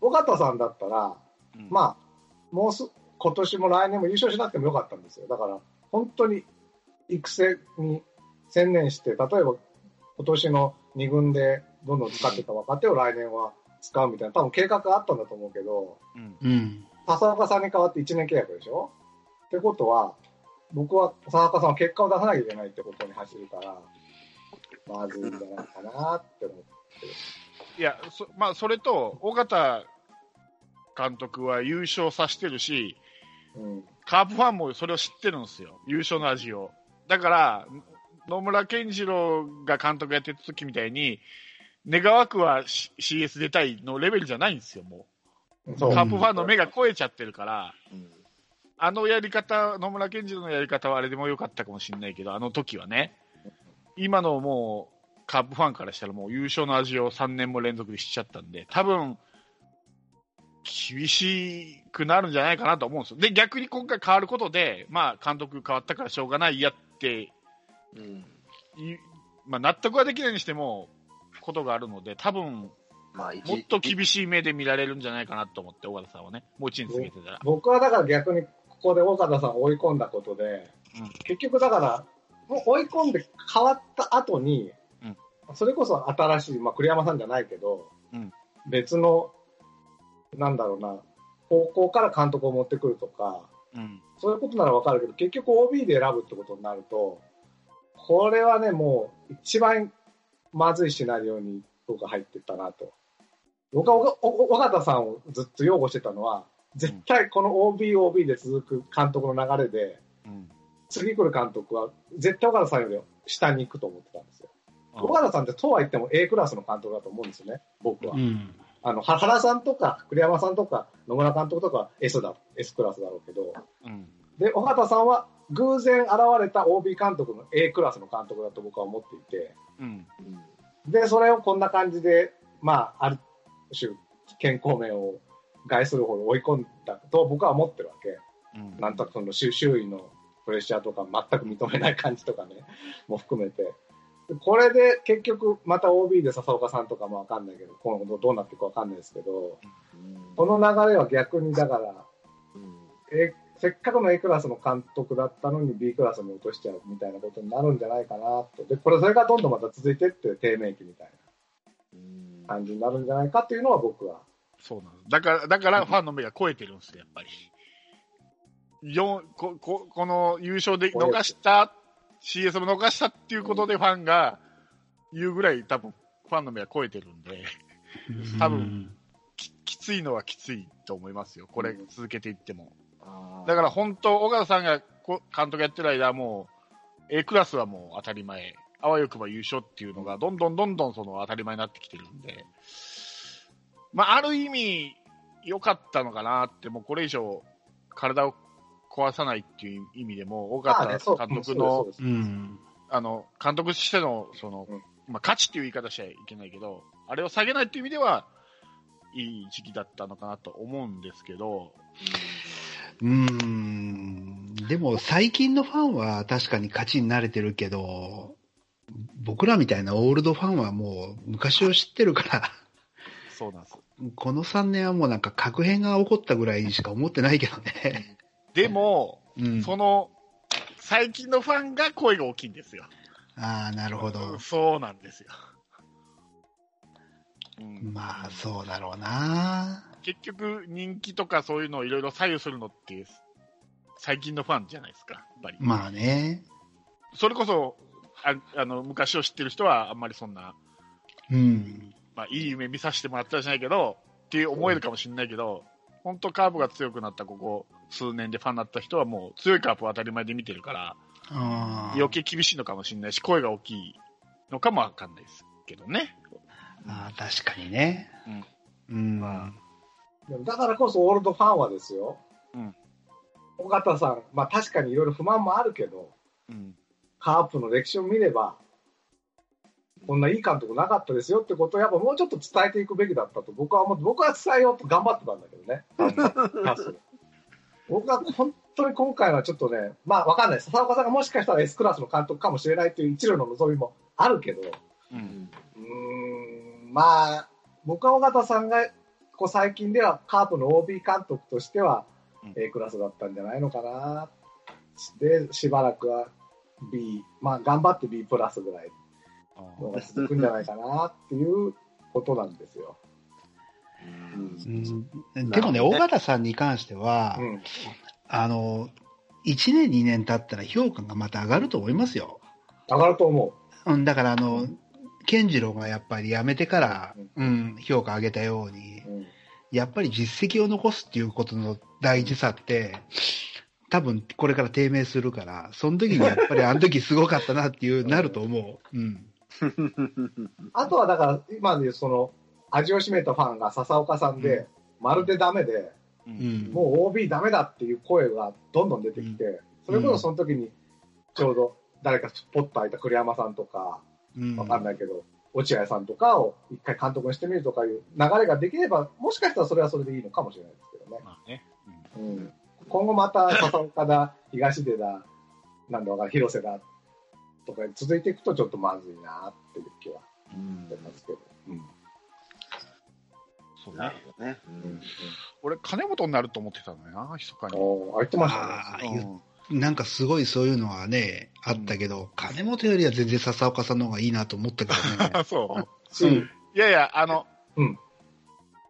[SPEAKER 4] 尾形さんだったら、
[SPEAKER 3] うん
[SPEAKER 4] まあ、もうす、今年も来年も優勝しなくてもよかったんですよ。だから、本当に育成に専念して、例えば今年の2軍でどんどん使ってた若手を来年は使うみたいな、多分計画があったんだと思うけど、
[SPEAKER 3] うん。
[SPEAKER 5] うん。
[SPEAKER 4] 笹岡さんに代わって1年契約でしょってことは、僕は笹岡さんは結果を出さなきゃいけないってことに走るから、まずいんじゃないかなって思って。
[SPEAKER 3] いや、そまあ、それと、尾形監督は優勝させてるし、
[SPEAKER 4] うん
[SPEAKER 3] カープファンもそれを知ってるんですよ。優勝の味を。だから、野村健次郎が監督やってた時みたいに、願わくは C- CS 出たいのレベルじゃないんですよ、も。
[SPEAKER 4] そうう
[SPEAKER 3] カープファンの目が超えちゃってるから、
[SPEAKER 2] うん
[SPEAKER 3] あのやり方、野村健次郎のやり方はあれでも良かったかもしれないけど、あの時はね、今のもう、カープファンからしたらもう優勝の味を3年も連続でしちゃったんで、多分、厳しくなるんじゃないかなと思うんですよ。で、逆に今回変わることで、まあ、監督変わったからしょうがないやって
[SPEAKER 2] うん
[SPEAKER 3] いう、まあ、納得はできないにしても、ことがあるので、多分、
[SPEAKER 2] まあ、一
[SPEAKER 3] もっと厳しい目で見られるんじゃないかなと思って、小形さんはね、もう一年続けてたら。
[SPEAKER 4] 僕はだから逆にここで大方さんを追い込んだことで、
[SPEAKER 3] うん
[SPEAKER 4] 結局だから、もう追い込んで変わった後に、
[SPEAKER 3] うん
[SPEAKER 4] それこそ新しい、まあ、栗山さんじゃないけど、
[SPEAKER 3] うん
[SPEAKER 4] 別の、なんだろうな、方向から監督を持ってくるとか、
[SPEAKER 3] うん。
[SPEAKER 4] そういうことならわかるけど、結局 OB で選ぶってことになると、これはね、もう一番まずいシナリオに僕は入ってったなと。僕はおお尾形さんをずっと擁護してたのは、絶対この OB、OB で続く監督の流れで、
[SPEAKER 3] うん。
[SPEAKER 4] 次来る監督は絶対尾形さんより下に行くと思ってたんですよ。尾形さんってとは言っても A クラスの監督だと思うんですよね、僕は。
[SPEAKER 5] うん。
[SPEAKER 4] あの、原さんとか栗山さんとか野村監督とかは S だ、S クラスだろうけど、
[SPEAKER 3] うん。
[SPEAKER 4] で、尾形さんは偶然現れた OB 監督の A クラスの監督だと僕は思っていて、
[SPEAKER 3] うん。
[SPEAKER 2] うん
[SPEAKER 4] で、それをこんな感じで、まあ、ある種、健康面を害するほど追い込んだと僕は思ってるわけ。
[SPEAKER 3] うん
[SPEAKER 4] なんとなくその周周囲のプレッシャーとか全く認めない感じとかね、 も含めて。でこれで結局、また OB で笹岡さんとかもわかんないけど、今後どうなっていくかわかんないですけど、
[SPEAKER 2] うん
[SPEAKER 4] この流れは逆にだから、
[SPEAKER 2] うん
[SPEAKER 4] えせっかくの A クラスの監督だったのに B クラスに落としちゃうみたいなことになるんじゃないかなと。で、これ、それがどんどんまた続いてって、低迷期みたい
[SPEAKER 2] うん
[SPEAKER 4] な感じになるんじゃないかっていうのは僕は。
[SPEAKER 3] そうなの。だから、だからファンの目が超えてるんですよ、やっぱり。よんこここの優勝で逃した、CS も逃したっていうことでファンが言うぐらい多分、ファンの目が超えてるんで、多分ききついのはきついと思いますよ。これ続けていっても。
[SPEAKER 2] あー
[SPEAKER 3] だから本当、小川さんがこ監督やってる間はもう、A クラスはもう当たり前、あわよくば優勝っていうのが、どんどんどんどんその当たり前になってきてるんで、まあ、ある意味、良かったのかなって、もうこれ以上、体を壊さないっていう意味でも、小
[SPEAKER 4] まあ
[SPEAKER 3] 川
[SPEAKER 4] ねそう
[SPEAKER 3] 監督
[SPEAKER 4] そ
[SPEAKER 3] の
[SPEAKER 4] うです
[SPEAKER 5] う
[SPEAKER 4] そうです
[SPEAKER 5] ん。
[SPEAKER 3] あの、監督としての、その
[SPEAKER 4] うん、
[SPEAKER 3] まあ、価値っていう言い方しちゃいけないけど、あれを下げないっていう意味では、いい時期だったのかなと思うんですけど、
[SPEAKER 5] うん。でも最近のファンは確かに勝ちに慣れてるけど、僕らみたいなオールドファンはもう昔を知ってるから、
[SPEAKER 3] そうなんです。
[SPEAKER 5] この3年はもうなんか確変が起こったぐらいにしか思ってないけどね。
[SPEAKER 3] でも、
[SPEAKER 5] うん。
[SPEAKER 3] その、最近のファンが声が大きいんですよ。
[SPEAKER 5] ああ、なるほど。
[SPEAKER 3] そうなんですよ。うん
[SPEAKER 5] まあ、そうだろうな。
[SPEAKER 3] 結局、人気とかそういうのをいろいろ左右するのって、最近のファンじゃないですか、やっぱり。
[SPEAKER 5] まあね。
[SPEAKER 3] それこそああの、昔を知ってる人は、あんまりそんな、
[SPEAKER 5] うん。
[SPEAKER 3] まあ、いい夢見させてもらったじゃないけど、って思えるかもしれないけど、本当カーブが強くなったここ数年でファンになった人はもう強いカーブを当たり前で見てるから、
[SPEAKER 5] あー
[SPEAKER 3] 余計厳しいのかもしれないし、声が大きいのかもわかんないですけどね。
[SPEAKER 5] ああ、確かにね。うん。
[SPEAKER 2] ま
[SPEAKER 4] でもだからこそオールドファンはですよ、
[SPEAKER 3] うん
[SPEAKER 4] 尾形さん、まあ、確かにいろいろ不満もあるけど、
[SPEAKER 3] うん。
[SPEAKER 4] カープの歴史を見れば、こんないい監督なかったですよってことを、やっぱもうちょっと伝えていくべきだったと、僕は思って、僕は伝えようと頑張ってたんだけどね、あの僕は本当に今回はちょっとね、まあわかんない、笹岡さんがもしかしたら S クラスの監督かもしれないという一縷の望みもあるけど、
[SPEAKER 3] う。
[SPEAKER 2] うんん
[SPEAKER 4] うーんまあ、僕は尾形さんがこう最近ではカープの OB 監督としては
[SPEAKER 3] うん
[SPEAKER 4] A クラスだったんじゃないのかな。で、しばらくは B、まあ頑張って B プラスぐらい
[SPEAKER 3] あ
[SPEAKER 4] のが続くんじゃないかなっていうことなんですよ。
[SPEAKER 5] うんでもね、
[SPEAKER 2] なるほど
[SPEAKER 5] 尾
[SPEAKER 2] ね
[SPEAKER 5] 形さんに関しては、
[SPEAKER 4] うん、
[SPEAKER 5] あの、1年、2年経ったら評価がまた上がると思いますよ。
[SPEAKER 4] 上がると思
[SPEAKER 5] うん、だから、あの、健次郎がやっぱり辞めてから、うん、評価上げたように
[SPEAKER 4] う。、うん
[SPEAKER 5] やっぱり実績を残すっていうことの大事さって、多分これから低迷するから、その時にやっぱりあの時すごかったなっていう、なると思う。うん。
[SPEAKER 4] あとはだから、今でいうその味を占めたファンが笹岡さんで、まるでダメで、
[SPEAKER 3] う。
[SPEAKER 5] うんん。
[SPEAKER 4] もう OB ダメだっていう声がどんどん出てきて、それこそその時にちょうど誰かポッと空いた栗山さんとか、
[SPEAKER 5] うん、
[SPEAKER 4] わかんないけど、落合さんとかを一回監督にしてみるとかいう流れができれば、もしかしたらそれはそれでいいのかもしれないですけどね。
[SPEAKER 3] まあね。
[SPEAKER 4] うん、今後また笹岡だ、東出だ、なんだわかんない広瀬だとか続いていくとちょっとまずいなっていう気は
[SPEAKER 2] うん
[SPEAKER 4] してますけど。
[SPEAKER 3] そう
[SPEAKER 2] な
[SPEAKER 3] ね
[SPEAKER 2] る。ほどね。
[SPEAKER 4] うん
[SPEAKER 3] 俺、金本になると思ってたのよな、密かに。
[SPEAKER 4] おーあ、言ってましたね。
[SPEAKER 5] ああ
[SPEAKER 3] う
[SPEAKER 5] 言
[SPEAKER 3] ん
[SPEAKER 5] なんかすごいそういうのはね、あったけど、金本よりは全然笹岡さんの方がいいなと思ったけどね。
[SPEAKER 3] あ、そう。
[SPEAKER 4] し
[SPEAKER 5] うん
[SPEAKER 3] いやいや、あの、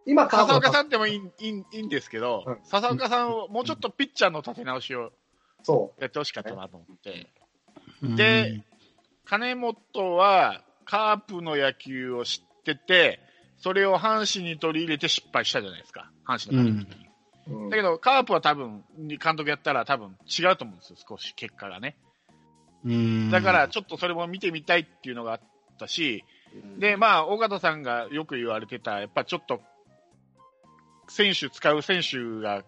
[SPEAKER 4] 今、カープ
[SPEAKER 3] 笹
[SPEAKER 4] の
[SPEAKER 3] 岡さんでもいいいいいいんですけど、
[SPEAKER 4] うん
[SPEAKER 3] 笹岡さんをもうちょっとピッチャーの立て直しを
[SPEAKER 4] そ
[SPEAKER 3] やってほしかったなと思って、
[SPEAKER 5] うん
[SPEAKER 3] で、金本はカープの野球を知ってて、それを阪神に取り入れて失敗したじゃないですか、阪神の監督に。
[SPEAKER 4] う。うん
[SPEAKER 3] だけど、カープは多分、監督やったら多分違うと思うんですよ、少し結果がね。
[SPEAKER 5] うん
[SPEAKER 3] だから、、ちょっとそれも見てみたいっていうのがあったし、で、まあ、尾形さんがよく言われてた、やっぱちょっと、選手、使う選手が、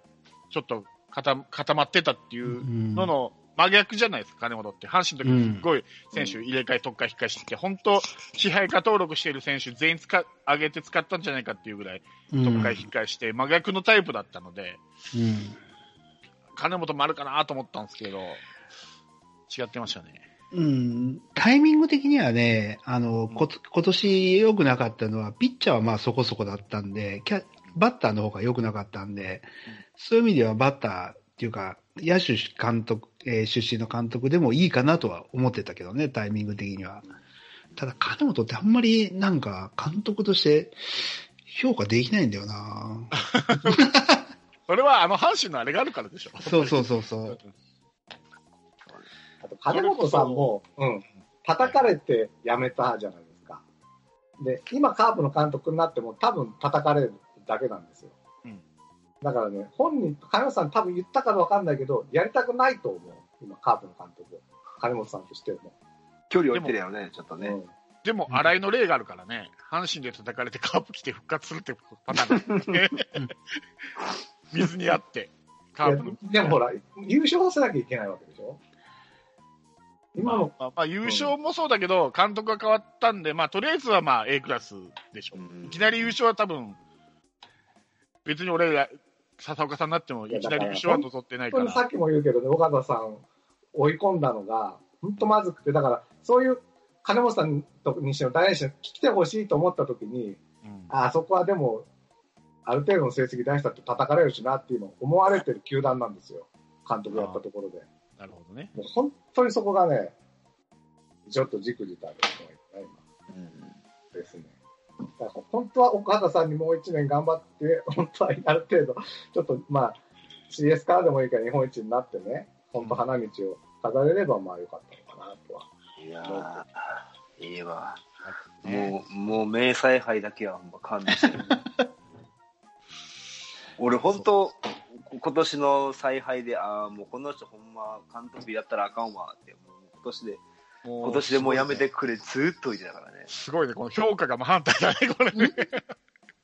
[SPEAKER 3] ちょっと固固まってたっていううんのの真逆じゃないですか、金本って。阪神の時すごい選手入れ替え、特化、引っ返してきて、本当、支配下登録している選手全員使上げて使ったんじゃないかっていうぐらい、特化、引っ返して、真逆のタイプだったので、
[SPEAKER 5] うん
[SPEAKER 3] 金本もあるかなと思ったんですけど、違ってましたね。
[SPEAKER 5] うん、タイミング的にはね、あの、こ今年良くなかったのは、ピッチャーはまあそこそこだったんで、キャバッターの方が良くなかったんで、そういう意味ではバッターっていうか、野手監督、えー出身の監督でもいいかなとは思ってたけどね、タイミング的には。ただ、金本ってあんまりなんか監督として評価できないんだよな
[SPEAKER 3] それはあの阪神のあれがあるからでしょ。
[SPEAKER 5] そうそうそうそう。
[SPEAKER 4] あと金本さんも、うん、叩かれて辞めたじゃないですか。で、今カープの監督になっても多分叩かれるだけなんですよ。
[SPEAKER 3] うん
[SPEAKER 4] だからね、本人、金本さん多分言ったかわかんないけど、やりたくないと思う。今カープの監督。金本さんとしても。
[SPEAKER 2] 距離置いてるよね、ちょっと
[SPEAKER 4] う
[SPEAKER 2] ね。
[SPEAKER 4] ん
[SPEAKER 3] でも、新井の例があるからね、阪神で叩かれてカープ来て復活するってパターンだね 水にあって、カープの。
[SPEAKER 4] いやでもほら、優勝させなきゃいけないわけでしょ今の、
[SPEAKER 3] まあまあ、優勝もそうだけど、監督が変わったんで、まあ、とりあえずはまあ A クラスでしょ。いきなり優勝は多分、別に俺が笹岡さんになっても、いきなり優勝は望ってない
[SPEAKER 4] 本
[SPEAKER 3] か
[SPEAKER 4] 当にさ
[SPEAKER 3] ら。
[SPEAKER 4] っきも言うけどね、岡田さん追い込んだのが、本当まずくて、だから、そういう金本さんにしろ、大谷にしろ、来てほしいと思ったときに、
[SPEAKER 3] うん
[SPEAKER 4] ああそこはでも、ある程度の成績出したって叩かれるしなっていうのを思われてる球団なんですよ、監督やったところで。
[SPEAKER 3] なるほどね。
[SPEAKER 4] もう本当にそこがね、ちょっとじくじたるのがいいな今ですね。だから本当は岡田さんにもう一年頑張って、 本当はある程度、ちょっとまあ、CS からでもいいから日本一になってね、本当花道を飾れればまあよかったのかなとは。
[SPEAKER 2] いやーいいわ。
[SPEAKER 3] ね
[SPEAKER 2] もう、もう、名采配だけはほんま勘弁 してる。俺、本当今年の采配で、ああ、もうこの人ほんま監督やったらあかんわって、もう今年で今年でもうやめてくれ、ずーっと言ってたからね。
[SPEAKER 3] すごいね、この評価が真反対だね、これね。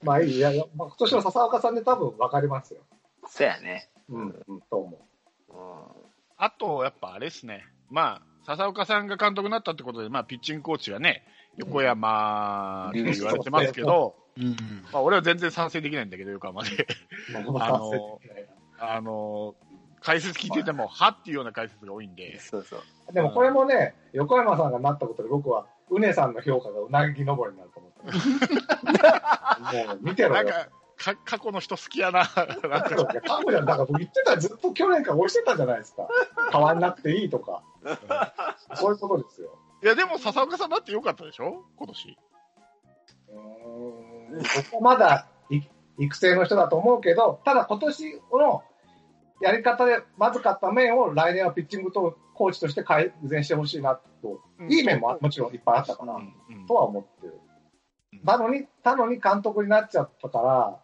[SPEAKER 4] まあいい、いやいや、まあ、今年の笹岡さんで多分分かりますよ。
[SPEAKER 2] そうやね。
[SPEAKER 4] うん、うん、と思
[SPEAKER 2] うん。
[SPEAKER 3] あと、やっぱあれですね、まあ、笹岡さんが監督になったってことで、まあ、ピッチングコーチがね、横山って言われてますけど、
[SPEAKER 5] うん。
[SPEAKER 3] まあ、俺は全然賛成できないんだけど、横浜で。
[SPEAKER 4] う。まあ
[SPEAKER 3] あのあの解説聞いてても、はっていうような解説が多いんで、
[SPEAKER 2] そうそう。
[SPEAKER 4] でもこれもね、横山さんがなったことで僕は、うねさんの評価がうなぎ登りになると思 って。もう見てろ
[SPEAKER 3] なん
[SPEAKER 4] よ。
[SPEAKER 3] か、か過去の人好きや な、なん
[SPEAKER 4] 過
[SPEAKER 3] か
[SPEAKER 4] 去じゃん、だから僕言ってた、ずっと去年から押してたじゃないですか。変わんなくていいとか。そういうことですよ。
[SPEAKER 3] いや、でも笹岡さんだってよかったでしょ、今年
[SPEAKER 4] うーん僕はまだい育成の人だと思うけど、ただ今年のやり方でまずかった面を来年はピッチングとコーチとして改善してほしいなと、いい面ももちろんいっぱいあったか
[SPEAKER 3] う
[SPEAKER 4] ら、
[SPEAKER 3] んうん
[SPEAKER 4] とは思ってる。なのに、たのに監督になっちゃったから、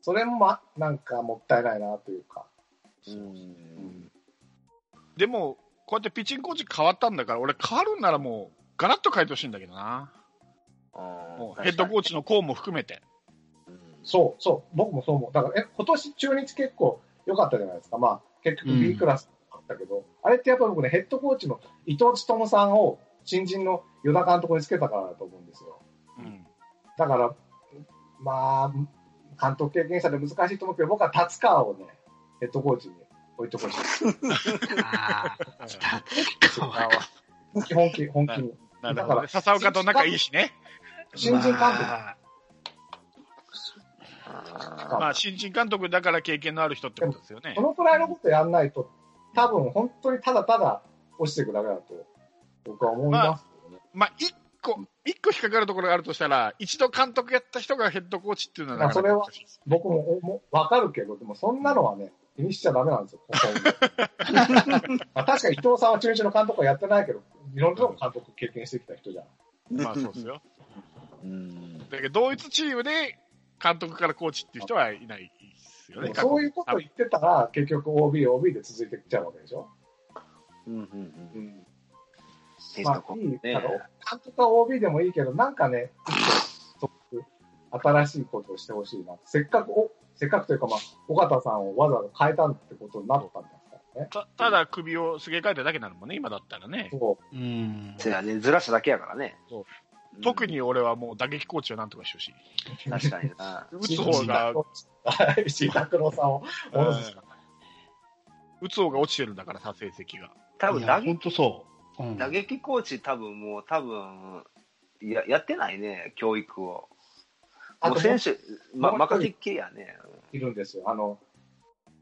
[SPEAKER 4] それも、ま、なんかもったいないなというか。
[SPEAKER 2] うん。
[SPEAKER 3] でも、こうやってピッチングコーチ変わったんだから、俺、変わるんならもう、ガラッと変えてほしいんだけどな、もうヘッドコー
[SPEAKER 2] チ。
[SPEAKER 3] チのコーンも含めて。
[SPEAKER 2] うん
[SPEAKER 4] そうそう、僕もそう思う。だから、え、今年中日結構良かったじゃないですか。まあ、結局
[SPEAKER 5] うん
[SPEAKER 4] B クラスだったけど、あれってやっぱり僕ね、ヘッドコーチの伊藤勉さんを新人の与田監督につけたからだと思うんですよ。
[SPEAKER 3] うん
[SPEAKER 4] だから、まあ、監督経験者で難しいと思うけど、僕は達川をね、ヘッドコーチに置いてほしい。
[SPEAKER 5] ああ、
[SPEAKER 3] あ
[SPEAKER 5] か
[SPEAKER 4] 基本気、本気に。
[SPEAKER 3] なる
[SPEAKER 4] だ
[SPEAKER 3] ほ
[SPEAKER 4] か
[SPEAKER 3] どね
[SPEAKER 4] ら
[SPEAKER 3] 笹岡と仲いいしね、
[SPEAKER 4] 新人監督。
[SPEAKER 2] あ
[SPEAKER 4] まあ
[SPEAKER 3] まあ、新人監督だから経験のある人ってことですよね
[SPEAKER 4] こ。のくらいのことやんないと、多分本当にただただ落ちていくだけだと、僕は思いますけどね。
[SPEAKER 3] まあ、一個、一個引っかかるところがあるとしたら、一度監督やった人がヘッドコーチっていうのはなかなか
[SPEAKER 4] まあそ僕ももわかるけど、でもそんなのはね、気にしちゃダメなんですよ、ここまあ確かに伊藤さんは中日の監督はやってないけど、いろんなとこ監督経験してきた人じゃん。
[SPEAKER 3] まあ、そうですよ。
[SPEAKER 2] うん。
[SPEAKER 3] だけど、同一チームで監督からコーチっていう人はいないですよ
[SPEAKER 4] で
[SPEAKER 3] ね
[SPEAKER 4] も。そういうこと言ってたら、結局 OB、OB で続いてきちゃうわけでしょ。
[SPEAKER 2] うんうんうん。ヘッ
[SPEAKER 4] ま
[SPEAKER 2] ドコ
[SPEAKER 4] あ、い
[SPEAKER 2] ー
[SPEAKER 4] い、
[SPEAKER 2] チ
[SPEAKER 4] なんか
[SPEAKER 2] ね。
[SPEAKER 4] 監督は OB でもいいけど、なんかね、そういう新しいことをしてほしいな。せっかくお、せっかくというか、まあ、尾形さんをわざわざ変えたってことになったんですからね。
[SPEAKER 3] たただ首をすげ替えただけなのもんね、今だったらね。
[SPEAKER 4] そう
[SPEAKER 5] うん。
[SPEAKER 2] そうやね、ずらしただけやからね。
[SPEAKER 3] そうん特。に俺はもう打撃コーチをなんとかしてほしい。
[SPEAKER 2] 確かに な。
[SPEAKER 3] 打つ方が、
[SPEAKER 4] 石井拓郎さんを戻すしか
[SPEAKER 3] 打つ方が落ちてるんだからさ、成績が。
[SPEAKER 2] 多分打撃
[SPEAKER 5] 本当そう。うん
[SPEAKER 2] 打撃コーチ多分もう多分ややってないね教育を
[SPEAKER 4] あ
[SPEAKER 2] も
[SPEAKER 4] と
[SPEAKER 2] う
[SPEAKER 4] もう
[SPEAKER 2] 選手ま
[SPEAKER 4] もう一人
[SPEAKER 2] 任せっきりやね
[SPEAKER 4] いるんですよ。あの、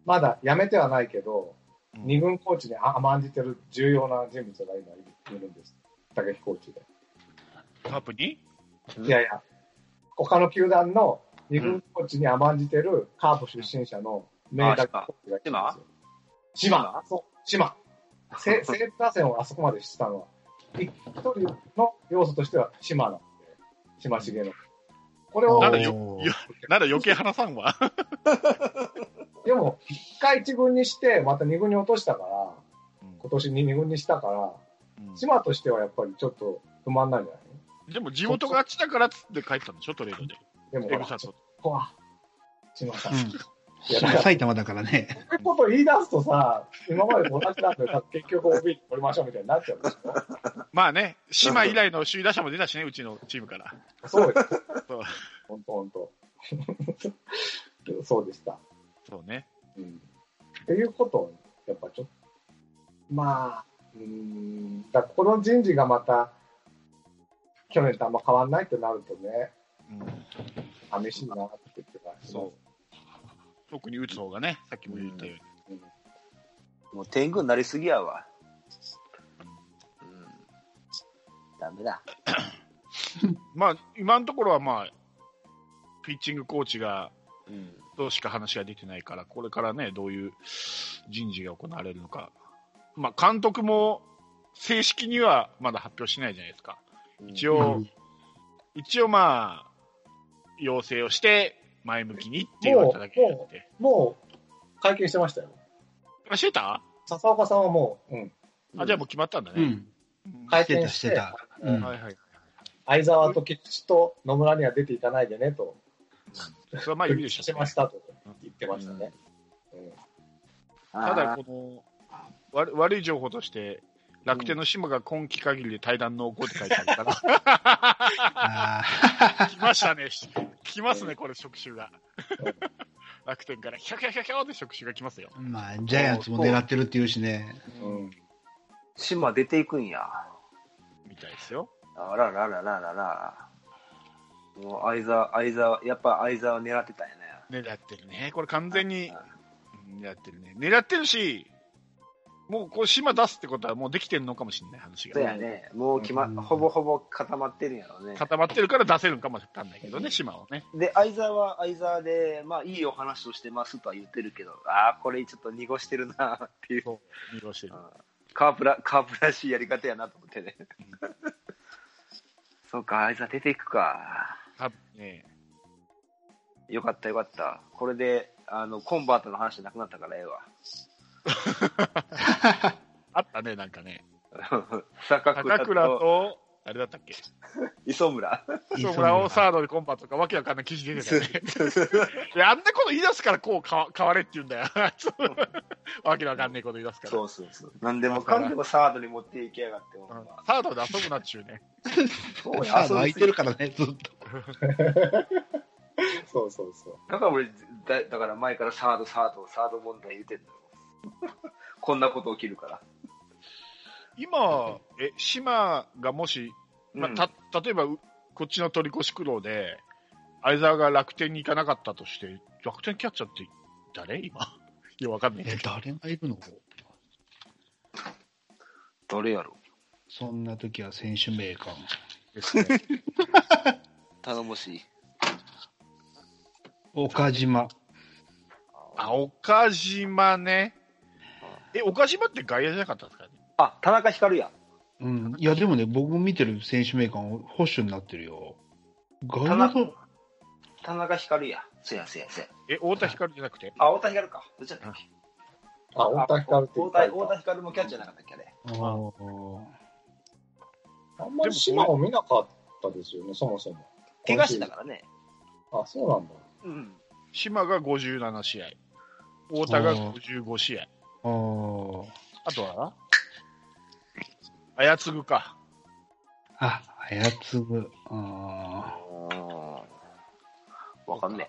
[SPEAKER 4] まだ辞めてはないけど、
[SPEAKER 3] うん
[SPEAKER 4] 二軍コーチに甘んじてる重要な人物が今いるいるんです。打撃コーチで。
[SPEAKER 3] カープに
[SPEAKER 2] うん
[SPEAKER 4] いやいや、他の球団の二軍コーチに甘んじてるカープ出身者の名打撃コーチがいるんですよ。島そう、島。 せ西武打線をあそこまでしてたのは、一人の要素としては島なんで、島茂の。これを、
[SPEAKER 3] なんだ
[SPEAKER 4] で
[SPEAKER 3] よよなら余計話さんわ。
[SPEAKER 4] も、一回一軍にして、また二軍に落としたから、
[SPEAKER 3] うん
[SPEAKER 4] 今年に二軍にしたから、島としてはやっぱりちょっと不満なんじゃない
[SPEAKER 3] でも地元があっちだからっつって帰ったんでしょ、トレードで。
[SPEAKER 4] でも
[SPEAKER 3] エ
[SPEAKER 4] ほ
[SPEAKER 3] グ
[SPEAKER 4] ら、
[SPEAKER 3] サ
[SPEAKER 4] そ
[SPEAKER 3] と。
[SPEAKER 4] こは、島さん。
[SPEAKER 5] う
[SPEAKER 4] い
[SPEAKER 5] ん
[SPEAKER 4] や、だから、そう
[SPEAKER 5] 埼玉だからね。
[SPEAKER 4] いうこと言い出すとさ、今までと同じなんだよ、結局 OB 取りましょうみたいになっちゃうでし
[SPEAKER 3] まあね、島以来の首位打者も出たしね、うちのチームから。
[SPEAKER 4] ょ。そうよ
[SPEAKER 3] そう。
[SPEAKER 4] ほんとほんと。 そうでした。
[SPEAKER 3] そうね。
[SPEAKER 4] うんっていうことを、やっぱちょっと、まあ、うーん、だからこの人事がまた、去年とあんま変わんないってなるとね、
[SPEAKER 3] うん
[SPEAKER 4] 寂しいなっていうか、
[SPEAKER 3] そう。特に打つ方がね、さっきも言ったように。
[SPEAKER 4] うん。
[SPEAKER 2] もう天狗になりすぎやわうんダメだ
[SPEAKER 3] まあ、今のところはまあ、ピッチングコーチが
[SPEAKER 2] うん
[SPEAKER 3] としか話が出てないから、これからね、どういう人事が行われるのか。まあ、監督も正式にはまだ発表しないじゃないですか。一
[SPEAKER 5] う
[SPEAKER 3] 応
[SPEAKER 5] ん、
[SPEAKER 3] 一応まあ、要請をして、前向きにって言われただけであ
[SPEAKER 4] も
[SPEAKER 3] って。
[SPEAKER 4] もう、会見してましたよ。
[SPEAKER 3] あ、してた
[SPEAKER 4] 笹岡さんはもう、うん。
[SPEAKER 3] あ、じゃあもう決まったんだ
[SPEAKER 5] う
[SPEAKER 3] ね。
[SPEAKER 5] ん。
[SPEAKER 3] うん
[SPEAKER 4] 回
[SPEAKER 5] して
[SPEAKER 4] 転
[SPEAKER 5] た、
[SPEAKER 4] し、
[SPEAKER 5] しててた。うん
[SPEAKER 3] はいはい。
[SPEAKER 4] 相沢と菊池と野村には出ていかないでねと、
[SPEAKER 3] それはまあ言うでしょ
[SPEAKER 4] し
[SPEAKER 3] う
[SPEAKER 4] ま
[SPEAKER 3] ね。
[SPEAKER 4] したと言ってましたね。うん
[SPEAKER 3] た
[SPEAKER 2] あ
[SPEAKER 3] だ、
[SPEAKER 2] ー
[SPEAKER 3] この悪、悪い情報として、楽天の島が今季限りで対談濃厚って書いてあ るから、
[SPEAKER 5] あ
[SPEAKER 3] 来ましたね。来ますね、これ、触手が。 楽天から、ひゃきゃひゃきゃって触手が来ますよ。
[SPEAKER 5] ーまあ、ジャイアンツも狙ってるっていうしね。
[SPEAKER 4] うん
[SPEAKER 2] 島出ていくんや。
[SPEAKER 3] みたいですよ。
[SPEAKER 2] あらららららら。もう相沢、相沢、やっぱ相沢狙ってたんやね。
[SPEAKER 3] 狙ってるね。これ完全にうん狙ってるね。狙ってるし、もうこう島出すってことはもうできてるのかもしれない話
[SPEAKER 2] そう
[SPEAKER 3] が
[SPEAKER 2] や。ね。もう決ま、
[SPEAKER 5] うん
[SPEAKER 2] ほぼほぼ固まってるんやろうね。
[SPEAKER 3] 固まってるから出せるのかもしれないけどね、島をね。
[SPEAKER 2] で、相沢は相沢で、まあいいお話をしてますとは言ってるけど、ああ、これちょっと濁してるなっていう。
[SPEAKER 3] 見通してる。
[SPEAKER 2] カープら、カープらしいやり方やなと思ってね。そうか、相沢出ていくか。
[SPEAKER 3] 多分ね。
[SPEAKER 2] よかったよかった。これで、あの、コンバートの話なくなったからええわ。
[SPEAKER 3] あったね、なんかね。
[SPEAKER 2] 坂
[SPEAKER 3] 高
[SPEAKER 2] 倉
[SPEAKER 3] 倉
[SPEAKER 2] と
[SPEAKER 3] と、あれだったっけ
[SPEAKER 2] 磯村。
[SPEAKER 3] 磯村をサードでコンパとかわけわかんない記事出てたよね。いや、あんなこと言い出すからこうか変われって言うんだよ。 わけわかんないこと言い出すから。
[SPEAKER 2] そうそうそう。なんでもかんでもサードに持っていきやがって、お前
[SPEAKER 3] うん
[SPEAKER 2] は
[SPEAKER 3] サードで遊ぶなっちゅうね。
[SPEAKER 2] そう
[SPEAKER 5] サ
[SPEAKER 2] や
[SPEAKER 5] ード空いてるからね、ずっと。
[SPEAKER 4] そうそうそう。
[SPEAKER 2] だから俺だ、だから前からサード、サード、サード問題言うてんのよ。 こんなこと起きるから。
[SPEAKER 3] 今、え、島がもし、まあ、た、例えば、うこっちの取り越し苦労で、相沢が楽天に行かなかったとして、楽天キャッチャーって誰今。いや、わかんない。
[SPEAKER 5] え、誰がいるの
[SPEAKER 2] 誰やろ
[SPEAKER 5] そんな時は選手名鑑。
[SPEAKER 3] ですね。
[SPEAKER 2] 頼もしい。
[SPEAKER 5] 岡島。
[SPEAKER 3] あ、岡島ね。え、岡島って外野じゃなかったんですかね
[SPEAKER 2] あ、田中光や。
[SPEAKER 5] うん。いや、でもね、僕見てる選手名鑑、保守になってるよ。外野
[SPEAKER 2] 田
[SPEAKER 5] と、
[SPEAKER 2] 田中光や。せやせやせや。
[SPEAKER 3] え、太田光じゃなくて
[SPEAKER 2] あ、太田光か。どっちだったっけ
[SPEAKER 4] あ、太田光って
[SPEAKER 2] 太田、
[SPEAKER 4] 言た
[SPEAKER 2] 太田光もキャッチャーなかったっけあれ。
[SPEAKER 5] あー
[SPEAKER 4] あんまり島を見なかったですよね、そもそも。
[SPEAKER 2] 怪我してたからね。
[SPEAKER 4] あ、そうなんだ。
[SPEAKER 2] うん。
[SPEAKER 3] 島が57試合。太田が55試合。
[SPEAKER 5] あー。
[SPEAKER 3] あとはあやつぐか。
[SPEAKER 5] あ、あやつぶ。あ
[SPEAKER 2] わかんね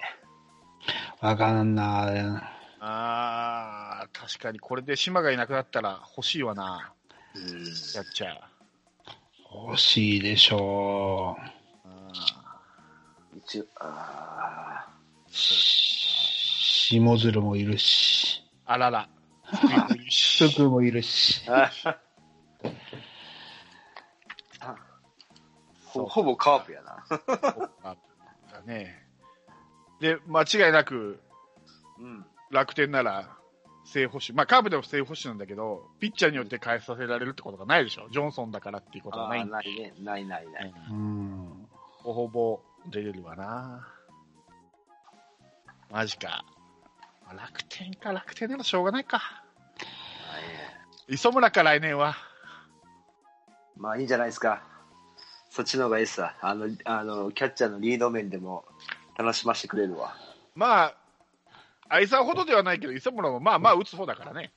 [SPEAKER 5] あ。わかんな。
[SPEAKER 3] あー、確かにこれで島がいなくなったら欲しいわな、
[SPEAKER 2] え。
[SPEAKER 3] キャッチャー。
[SPEAKER 5] 欲しいでしょ
[SPEAKER 3] あ
[SPEAKER 2] 一応、あ
[SPEAKER 5] う。し下鶴もいるし、
[SPEAKER 3] ーあら ら。
[SPEAKER 5] 福君もいるし。
[SPEAKER 2] ーあほほぼカープやな。
[SPEAKER 3] だね。で、間違いなく
[SPEAKER 2] うん。
[SPEAKER 3] 楽天なら正捕手。まあ、カーブでも正捕手なんだけど、ピッチャーによって変えさせられるってことがないでしょ。ジョンソンだからっていうこと
[SPEAKER 2] あ
[SPEAKER 3] はない
[SPEAKER 2] ー
[SPEAKER 3] んで。
[SPEAKER 2] ないね。ないないない。
[SPEAKER 5] うん。
[SPEAKER 3] ほぼほぼ出れるわな。マジか。まあ楽天か、楽天ならしょうがないか。
[SPEAKER 2] ないね
[SPEAKER 3] 磯村か、来年は。
[SPEAKER 2] まあいいんじゃないですか。そっちの方がいいっすわ。あの、あの、キャッチャーのリード面でも楽しませてくれるわ。
[SPEAKER 3] まあ、相沢ほどではないけど、磯村もまあまあ打つ方だからね。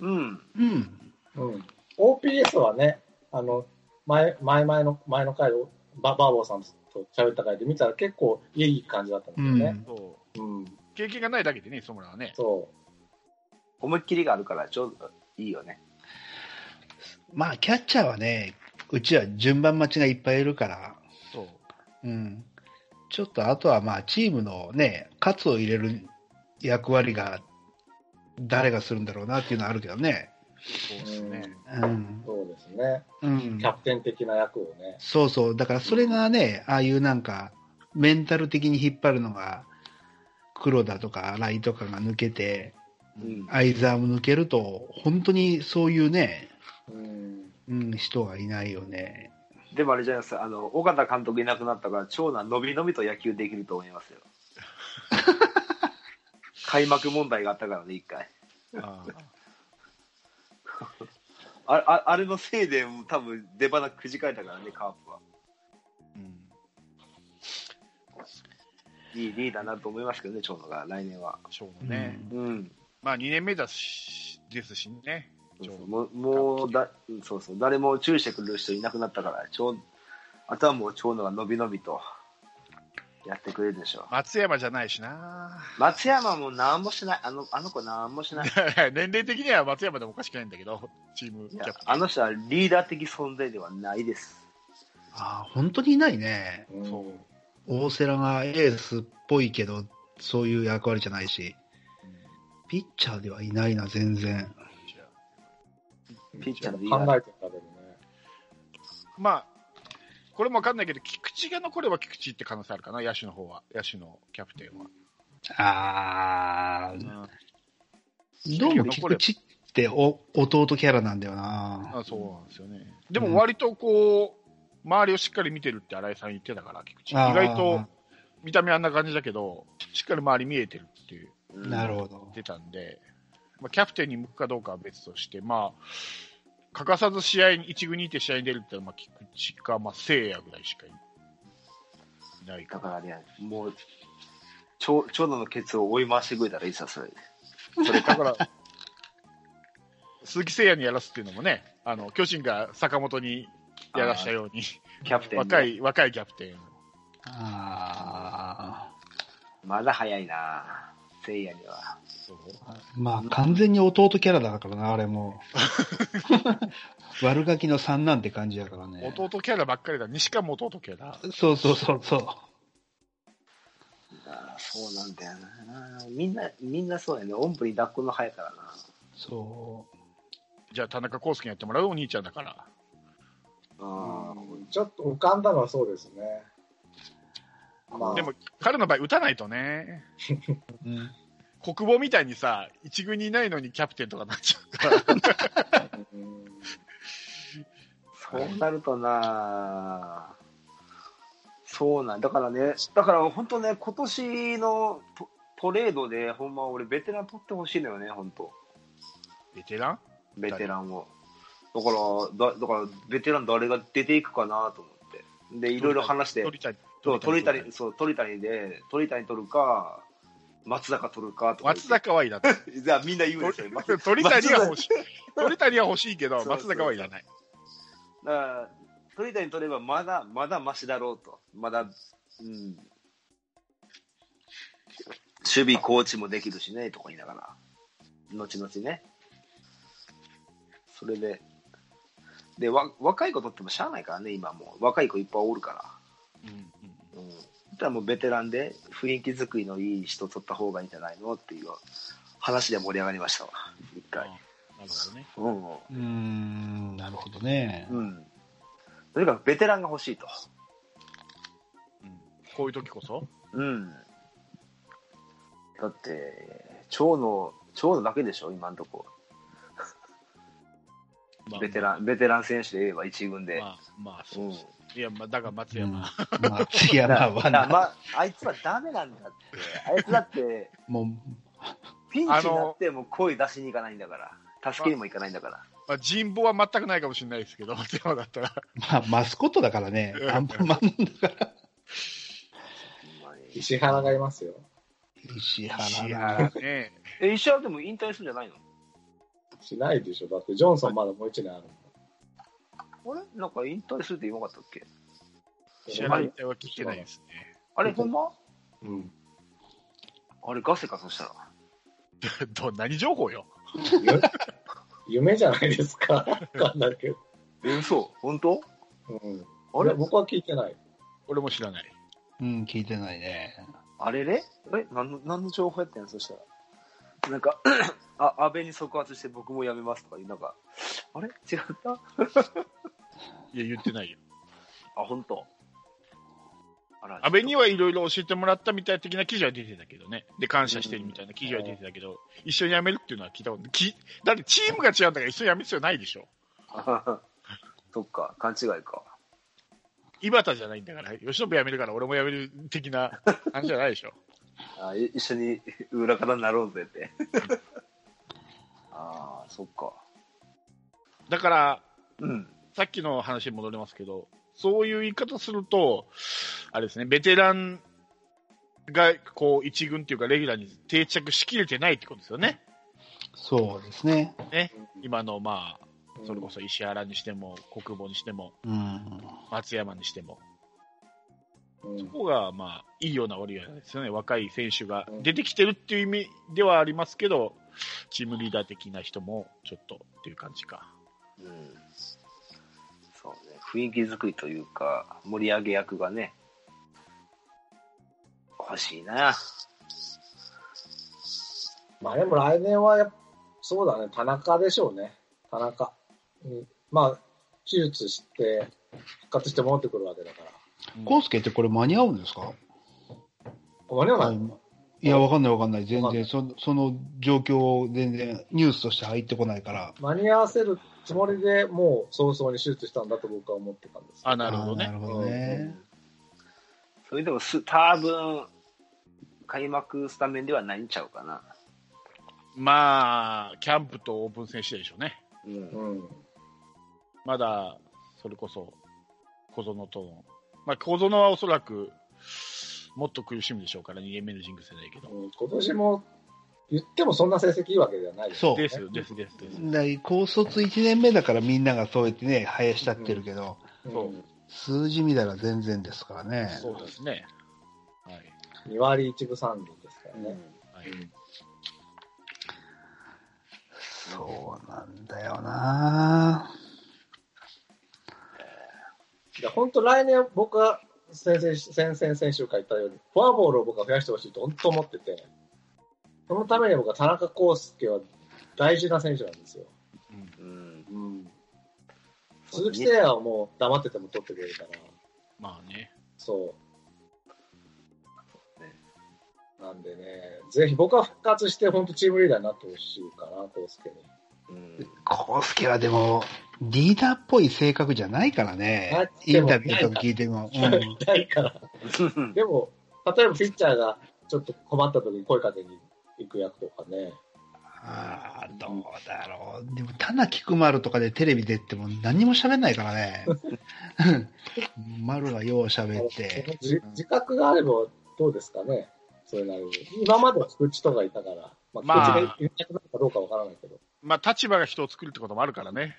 [SPEAKER 2] うん。
[SPEAKER 5] うん。
[SPEAKER 4] うん。OPS はね、あの、前、前々の、前の回を、ババーボーさんと喋った回で見たら結構いい感じだったん
[SPEAKER 5] う
[SPEAKER 4] ですよね。
[SPEAKER 5] ん。
[SPEAKER 3] そう
[SPEAKER 4] うん。
[SPEAKER 3] 経験がないだけでね、磯村はね。
[SPEAKER 4] そ
[SPEAKER 2] 思いっきりがあるから、ちょうどいいよね。
[SPEAKER 5] まあ、キャッチャーはね、うちは順番待ちがいっぱいいるから、
[SPEAKER 3] そう。
[SPEAKER 5] うん。ちょっとあとはまあ、チームのね、勝を入れる役割が、誰がするんだろうなっていうのはあるけどね。
[SPEAKER 3] そうですね。
[SPEAKER 5] うん
[SPEAKER 4] う。。そうですね。
[SPEAKER 5] うん
[SPEAKER 4] キ。ャプテン的な役をね。
[SPEAKER 5] そうそう。だからそれがね、ああいうなんか、メンタル的に引っ張るのが、黒田とかライとかが抜けて、
[SPEAKER 2] うん。
[SPEAKER 5] 相沢も抜けると、本当にそういうね、
[SPEAKER 4] うん。
[SPEAKER 5] うん、人がいないよね。
[SPEAKER 2] でもあれじゃないですか、あの、尾形監督いなくなったから、長男のびのびと野球できると思い ますよ。開幕問題があったからね、一回。
[SPEAKER 3] あー
[SPEAKER 2] あああれのせいで、多分出花くじかれたからね、カープは。
[SPEAKER 3] うん
[SPEAKER 2] いいリーダーだなと思いますけどね、長野が、来年は。
[SPEAKER 3] そうね、
[SPEAKER 5] うん
[SPEAKER 2] うん。
[SPEAKER 3] まあ2年目だしですしね、
[SPEAKER 2] そうそ
[SPEAKER 3] 長
[SPEAKER 2] う
[SPEAKER 3] 野
[SPEAKER 2] もうもうだそうそう誰も注意してくれる人いなくなったからちょうあとはもう長野が伸び伸びとやってくれるでしょ
[SPEAKER 3] 松山じゃないしな、
[SPEAKER 2] う松山も何もしないあのあの子何もし ない
[SPEAKER 3] 年齢的には松山でもおかしくないんだけど、チームキ
[SPEAKER 2] い
[SPEAKER 3] ャ
[SPEAKER 2] や
[SPEAKER 3] プテン
[SPEAKER 2] あの人はリーダー的存在ではないです
[SPEAKER 5] ああ、本当にいないね。
[SPEAKER 4] うん
[SPEAKER 3] そう
[SPEAKER 5] 大瀬良がエースっぽいけど、そういう役割じゃないし、ピッチャーではいないな、全然。
[SPEAKER 2] ピッチャーのリーダー
[SPEAKER 4] 考えてたけどね。
[SPEAKER 3] まあ、これもわかんないけど、菊池が残れば菊池って可能性あるかな、野手の方は、野手のキャプテンは。
[SPEAKER 5] ああ、
[SPEAKER 3] うん
[SPEAKER 5] どうも菊池ってお弟キャラなんだよな。
[SPEAKER 3] あそうなんですよね。でも割とこう、周りをしっかり見てるって新井さん言ってたから、菊池。意
[SPEAKER 5] あー
[SPEAKER 3] 外と見た目あんな感じだけど、しっかり周り見えてるっていう。
[SPEAKER 2] うん
[SPEAKER 5] なるほど。
[SPEAKER 3] 出たんで、まあ、キャプテンに向くかどうかは別として、まあ、欠かさず試合に、1軍にいて試合に出るってのは、まあ、菊池か、まあ、聖夜ぐらいしかいない
[SPEAKER 2] だ
[SPEAKER 3] か。
[SPEAKER 2] かららねもう長長野のケツを追い回してくれたらいいさそれそれ
[SPEAKER 3] だから、鈴木聖夜にやらすっていうのもね、あの、巨人が坂本にやらしたように、
[SPEAKER 2] キャプテンで
[SPEAKER 3] 若い、若いキャプテンを。
[SPEAKER 5] あ
[SPEAKER 2] まだ早いなせいやには
[SPEAKER 5] あ、まあ完全に弟キャラだからな、あれも。悪ガキの三なんて感じやからね。
[SPEAKER 3] 弟キャラばっかりだ。西川も弟キャラ。
[SPEAKER 5] そうそうそうそう。
[SPEAKER 2] あーそうなんだよなみんなみんなそうやねおんぶに抱っこの早いからな
[SPEAKER 5] そ
[SPEAKER 3] じゃあ、田中康介にやってもらうお兄ちゃんだから。
[SPEAKER 2] あー
[SPEAKER 4] ちょっと浮かんだのはそうですね。まあ、
[SPEAKER 3] でも、彼の場合、打たないとね。
[SPEAKER 5] う。うん
[SPEAKER 3] 国防みたいにさ、一軍にいないのにキャプテンとかなっちゃうから
[SPEAKER 4] うん
[SPEAKER 2] そうなるとなぁそうなんだからね、だから本当ね、今年のトトレードで、ほんま俺、ベテラン取ってほしいのよね、本当、
[SPEAKER 3] ベテラン
[SPEAKER 2] ベテランを。だから、だだからベテラン誰が出ていくかなと思って、で、いろいろ話して、
[SPEAKER 3] 鳥谷。
[SPEAKER 2] そう鳥
[SPEAKER 3] 鳥谷
[SPEAKER 2] 谷、そう、鳥谷で、鳥谷取るか、松坂取るかとか。
[SPEAKER 3] 松坂はいらない。
[SPEAKER 2] じゃあみんな言うんですよ、今
[SPEAKER 3] 鳥鳥谷は欲しい。鳥谷は欲しいけど、
[SPEAKER 2] そうそう
[SPEAKER 3] 松坂はいらない。
[SPEAKER 2] だから鳥谷に取ればまだまだマシだろうとまだ、うん、守備コーチもできるしねとか言いながら後々ねそれででわ若い子取ってもしゃあないからね今もう若い子いっぱいおるか
[SPEAKER 3] うんうん
[SPEAKER 2] ら、うん、だったらもうベテランで雰囲気作りのいい人取った方がいいんじゃないのっていう話で盛り上がりましたわ一
[SPEAKER 3] ああ
[SPEAKER 2] 回、
[SPEAKER 3] なるほどね。
[SPEAKER 2] うんうん
[SPEAKER 5] うーん、なるほどね。
[SPEAKER 2] うん、とにかくベテランが欲しいと。
[SPEAKER 3] うんこういう時こそ。
[SPEAKER 2] うん。だって、長野、長野だけでしょ、今んとこ。
[SPEAKER 3] まあ
[SPEAKER 2] ベテラン、ベテラン選手で言えば一軍で。
[SPEAKER 3] まあ、まあ、
[SPEAKER 2] う
[SPEAKER 3] そ
[SPEAKER 2] ん
[SPEAKER 3] う。いや、まあ、だが松
[SPEAKER 5] うん、
[SPEAKER 3] 山。
[SPEAKER 5] 松
[SPEAKER 2] だか
[SPEAKER 5] 山
[SPEAKER 2] ら
[SPEAKER 5] は
[SPEAKER 2] だからま
[SPEAKER 5] な、
[SPEAKER 2] あ、あいつはダメなんだって。あいつだ って、
[SPEAKER 5] もう、
[SPEAKER 2] ピンチになっても声出しに行かないんだから。助けにも行かないんだから。
[SPEAKER 3] まあ、人望は全くないかもしれないですけど、 松山だったら。
[SPEAKER 5] まあ、マスコットだからね
[SPEAKER 3] う、ん
[SPEAKER 5] アンパンマンだから。
[SPEAKER 2] ほんまに
[SPEAKER 4] 石原がいますよ。
[SPEAKER 5] 石
[SPEAKER 2] 石
[SPEAKER 5] 原
[SPEAKER 2] 原
[SPEAKER 5] が。
[SPEAKER 3] ね
[SPEAKER 2] え、石原でも引退するんじゃないの
[SPEAKER 4] しないでしょ。だって、ジョンソンまだもう一年あるんだ。
[SPEAKER 2] あれなんか引退するって言わなかったっけ
[SPEAKER 3] 石原一体は聞いてないですね。
[SPEAKER 2] あれほんま
[SPEAKER 4] うん。
[SPEAKER 2] あれガセか、そしたら。
[SPEAKER 3] ど、何情報よ。
[SPEAKER 4] ゆ夢じゃないですか。わかんないけど。
[SPEAKER 2] え、嘘本当
[SPEAKER 4] うん。
[SPEAKER 2] あ
[SPEAKER 4] あ
[SPEAKER 2] れ
[SPEAKER 4] れ僕は聞いてない。
[SPEAKER 3] 俺も知らない。
[SPEAKER 5] うん、聞いてないね。
[SPEAKER 2] あれれえ何の何の情報やったんやそしたら。なんか、 あ、安倍に即発して僕も辞めますとか言う、なんか、あれ違ったあ、
[SPEAKER 3] いや、言ってないよ。
[SPEAKER 2] 本当あら
[SPEAKER 3] 安倍にはいろいろ教えてもらったみたい的な記事は出てたけどね。で、感謝してるみたいな記事は出てたけど、一緒に辞めるっていうのは聞いたこときだってチームが違うんだから一緒に辞める必要ないでしょ。
[SPEAKER 2] そっか、勘違いか。
[SPEAKER 3] 井端じゃないんだから、吉信辞めるから俺も辞める的な話じゃないでしょ。
[SPEAKER 2] あい一緒に 裏 方になろうぜって。ああ、そっか。
[SPEAKER 3] だから、
[SPEAKER 2] うん。
[SPEAKER 3] さっきの話に戻りますけど、そういう言い方すると、あれですね、ベテランが、こう、一軍っていうか、レギュラーに定着しきれてないってことですよね。
[SPEAKER 5] そうですね。
[SPEAKER 3] 今の、まあ、それこそ石原にしても、国防にしても、
[SPEAKER 5] うん。
[SPEAKER 3] 松山にしても。
[SPEAKER 4] うん
[SPEAKER 3] そこが、まあ、いいような割合ですよね。若い選手が出てきてるっていう意味ではありますけど、チームリーダー的な人も、ちょっとっていう感じか。
[SPEAKER 2] うん。そうね。雰囲気作りというか、盛り上げ役がね、欲しいな。
[SPEAKER 4] まあでも来年はやっそうだね、田中でしょうね。田中。うん、まあ、手術して、復活して戻ってくるわけだから。
[SPEAKER 5] コンスケってこれ間に合うんですか、
[SPEAKER 4] 間に合わない。
[SPEAKER 5] い、や、わかんないわかんない。全
[SPEAKER 4] わかんな
[SPEAKER 5] 然、その、その状況を全然ニュースとして入ってこないから。
[SPEAKER 4] 間に合わせるつもりでもう早々に手術したんだと僕は思ってたんです。
[SPEAKER 3] あ、なるほど
[SPEAKER 5] あーな
[SPEAKER 3] ね。
[SPEAKER 5] るほどね。
[SPEAKER 2] それでもす、多分、開幕スタメンではないんちゃうかな。
[SPEAKER 3] まあ、キャンプとオープン戦してでしょうね。
[SPEAKER 2] うん。
[SPEAKER 4] うん。
[SPEAKER 3] まだ、それこそ、小園との。まあ、小園はおそらく、もっと苦しむでしょうから、2ゲーム目のジンクスじゃないけど。
[SPEAKER 4] うん今年も言ってもそんな成績いいわけではないよね
[SPEAKER 5] そう
[SPEAKER 3] ですよ、です、です、です。
[SPEAKER 5] だい高卒1年目だからみんながそうやってね、林立ってるけど、
[SPEAKER 3] そう
[SPEAKER 4] うん
[SPEAKER 5] 数字見たら全然ですからね。
[SPEAKER 3] そうですね。はい。
[SPEAKER 4] 2割1分3厘ですから
[SPEAKER 2] うん
[SPEAKER 4] ね。
[SPEAKER 3] はい、
[SPEAKER 5] そうなんだよな
[SPEAKER 4] で本当来年僕は先々先々先週から言ったように、フォアボールを僕は増やしてほしいと本当思ってて、そのために僕は田中康介は大事な選手なんですよ。
[SPEAKER 2] うん。
[SPEAKER 4] 鈴木誠也はもう黙ってても取ってくれるから、
[SPEAKER 3] まあね。
[SPEAKER 4] そう。なんでね、ぜひ僕は復活して本当チームリーダーになってほしいかな、康介に。
[SPEAKER 2] うん
[SPEAKER 5] コウスケはでも、リーダーっぽい性格じゃないからね。イ
[SPEAKER 4] で
[SPEAKER 5] ン
[SPEAKER 4] も
[SPEAKER 5] タビューとか聞いても。うん
[SPEAKER 4] ないから。でも、例えばピッチャーがちょっと困った時に声かけに行く役とかね。
[SPEAKER 5] ああ、どうだろう。でも、田無菊丸とかでテレビ出ても何も喋んないからね。丸はよう喋っ て。
[SPEAKER 4] じ自覚があればどうですかね、それなりに。今までは菊池とかいたから、まあ、
[SPEAKER 3] まあ
[SPEAKER 4] 菊池がいなくなるかどうかわからないけど、
[SPEAKER 3] まあ、立場が人を作るってこともあるからね。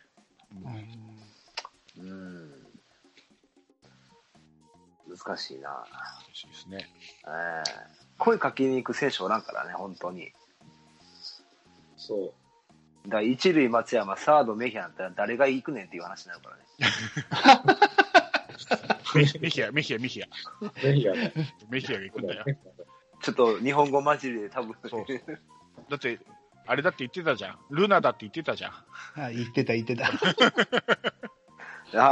[SPEAKER 5] うん
[SPEAKER 2] うん。難しいな。
[SPEAKER 3] 嬉しいですね。
[SPEAKER 2] えー声かけに行く選手おらんからね、本当に。
[SPEAKER 4] そう。
[SPEAKER 2] だから一塁松山、サードメヒアだったら誰が行くねんっていう話になるからね。
[SPEAKER 3] メヒメヒア、メヒア、メヒア。
[SPEAKER 4] ぜひやね。
[SPEAKER 3] メヒアが行くんだよ。
[SPEAKER 2] ちょっと日本語混じりで多分。
[SPEAKER 3] そうそうだって、あれだって言ってたじゃん。ルナだって言ってたじゃん。
[SPEAKER 5] あ言ってた、言ってた。
[SPEAKER 2] あ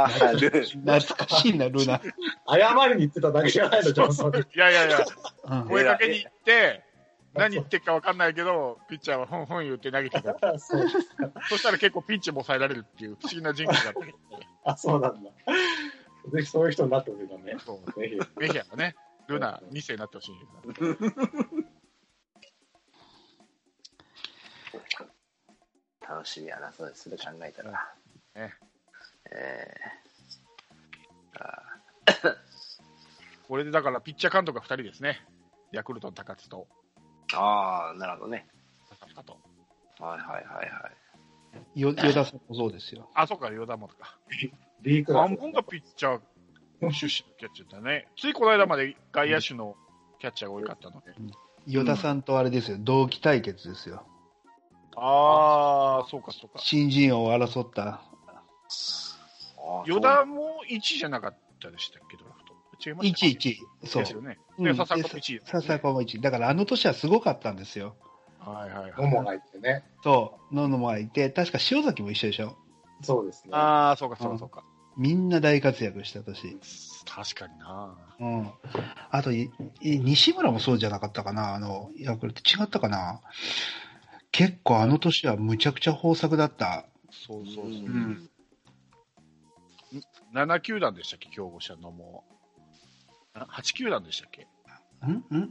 [SPEAKER 2] あ、ル
[SPEAKER 5] 懐かしいな、ルナ。
[SPEAKER 4] 謝りに行ってただけじゃないの、ジョンソンに。
[SPEAKER 3] いやいやいや、
[SPEAKER 5] うん
[SPEAKER 3] 声かけに行って、何言ってるか分かんないけど、ピッチャーはほんほん言って投げてた。
[SPEAKER 4] そう
[SPEAKER 3] そしたら結構ピンチも抑えられるっていう不思議な人気だったけど。
[SPEAKER 4] あ、そうなんだ。ぜひそういう人になってほしいだね。
[SPEAKER 3] そう
[SPEAKER 4] ぜひ。
[SPEAKER 3] メヒアがね、ルナ2世になってほしいんだけど
[SPEAKER 2] 楽しみやな、そうです。それ考えたら。
[SPEAKER 3] ね
[SPEAKER 2] えーあ
[SPEAKER 3] これでだからピッチャー監督が2人ですね。ヤクルトの高津と
[SPEAKER 2] ーあー、なるほどね。
[SPEAKER 3] 佐々木と。
[SPEAKER 2] はいはいはいはい。
[SPEAKER 5] よ与田さんもそうですよ。
[SPEAKER 3] あ、そうか、ヨダモとか。
[SPEAKER 4] リークラ
[SPEAKER 3] 半分がピッチャー出身のキャッチャーだね。ついこの間まで外野手のキャッチャーが多かったので。
[SPEAKER 5] 与田さんとあれですよ、同期対決ですよ。
[SPEAKER 3] ああ、そうかそうか。
[SPEAKER 5] 新人王を争った。
[SPEAKER 2] あー
[SPEAKER 3] ヨダも1位じゃなかったでしたっけ、ドラフト。違いましたっけ。
[SPEAKER 5] 1-1。そう
[SPEAKER 3] で。すよね。
[SPEAKER 5] うん
[SPEAKER 3] で、
[SPEAKER 5] で
[SPEAKER 3] 佐々木と1位、
[SPEAKER 5] 笹子も1。だからあの年はすごかったんですよ。
[SPEAKER 3] はいはいはい。
[SPEAKER 4] ももがいてね。
[SPEAKER 5] と、野々もがいて、確か塩崎も一緒でしょ。
[SPEAKER 4] そうですね。
[SPEAKER 3] ああ、そうかそうかそうか。
[SPEAKER 5] みんな大活躍した年。
[SPEAKER 3] 確かにな。
[SPEAKER 5] うん。あと、いい西村もそうじゃなかったかな。あの、ヤクルト違ったかな。結構あの年はむちゃくちゃ豊作だった。
[SPEAKER 3] そうそうそう。
[SPEAKER 5] ん
[SPEAKER 3] 7球団でしたっけ、競合したのも。あ8球団でしたっけ
[SPEAKER 5] んん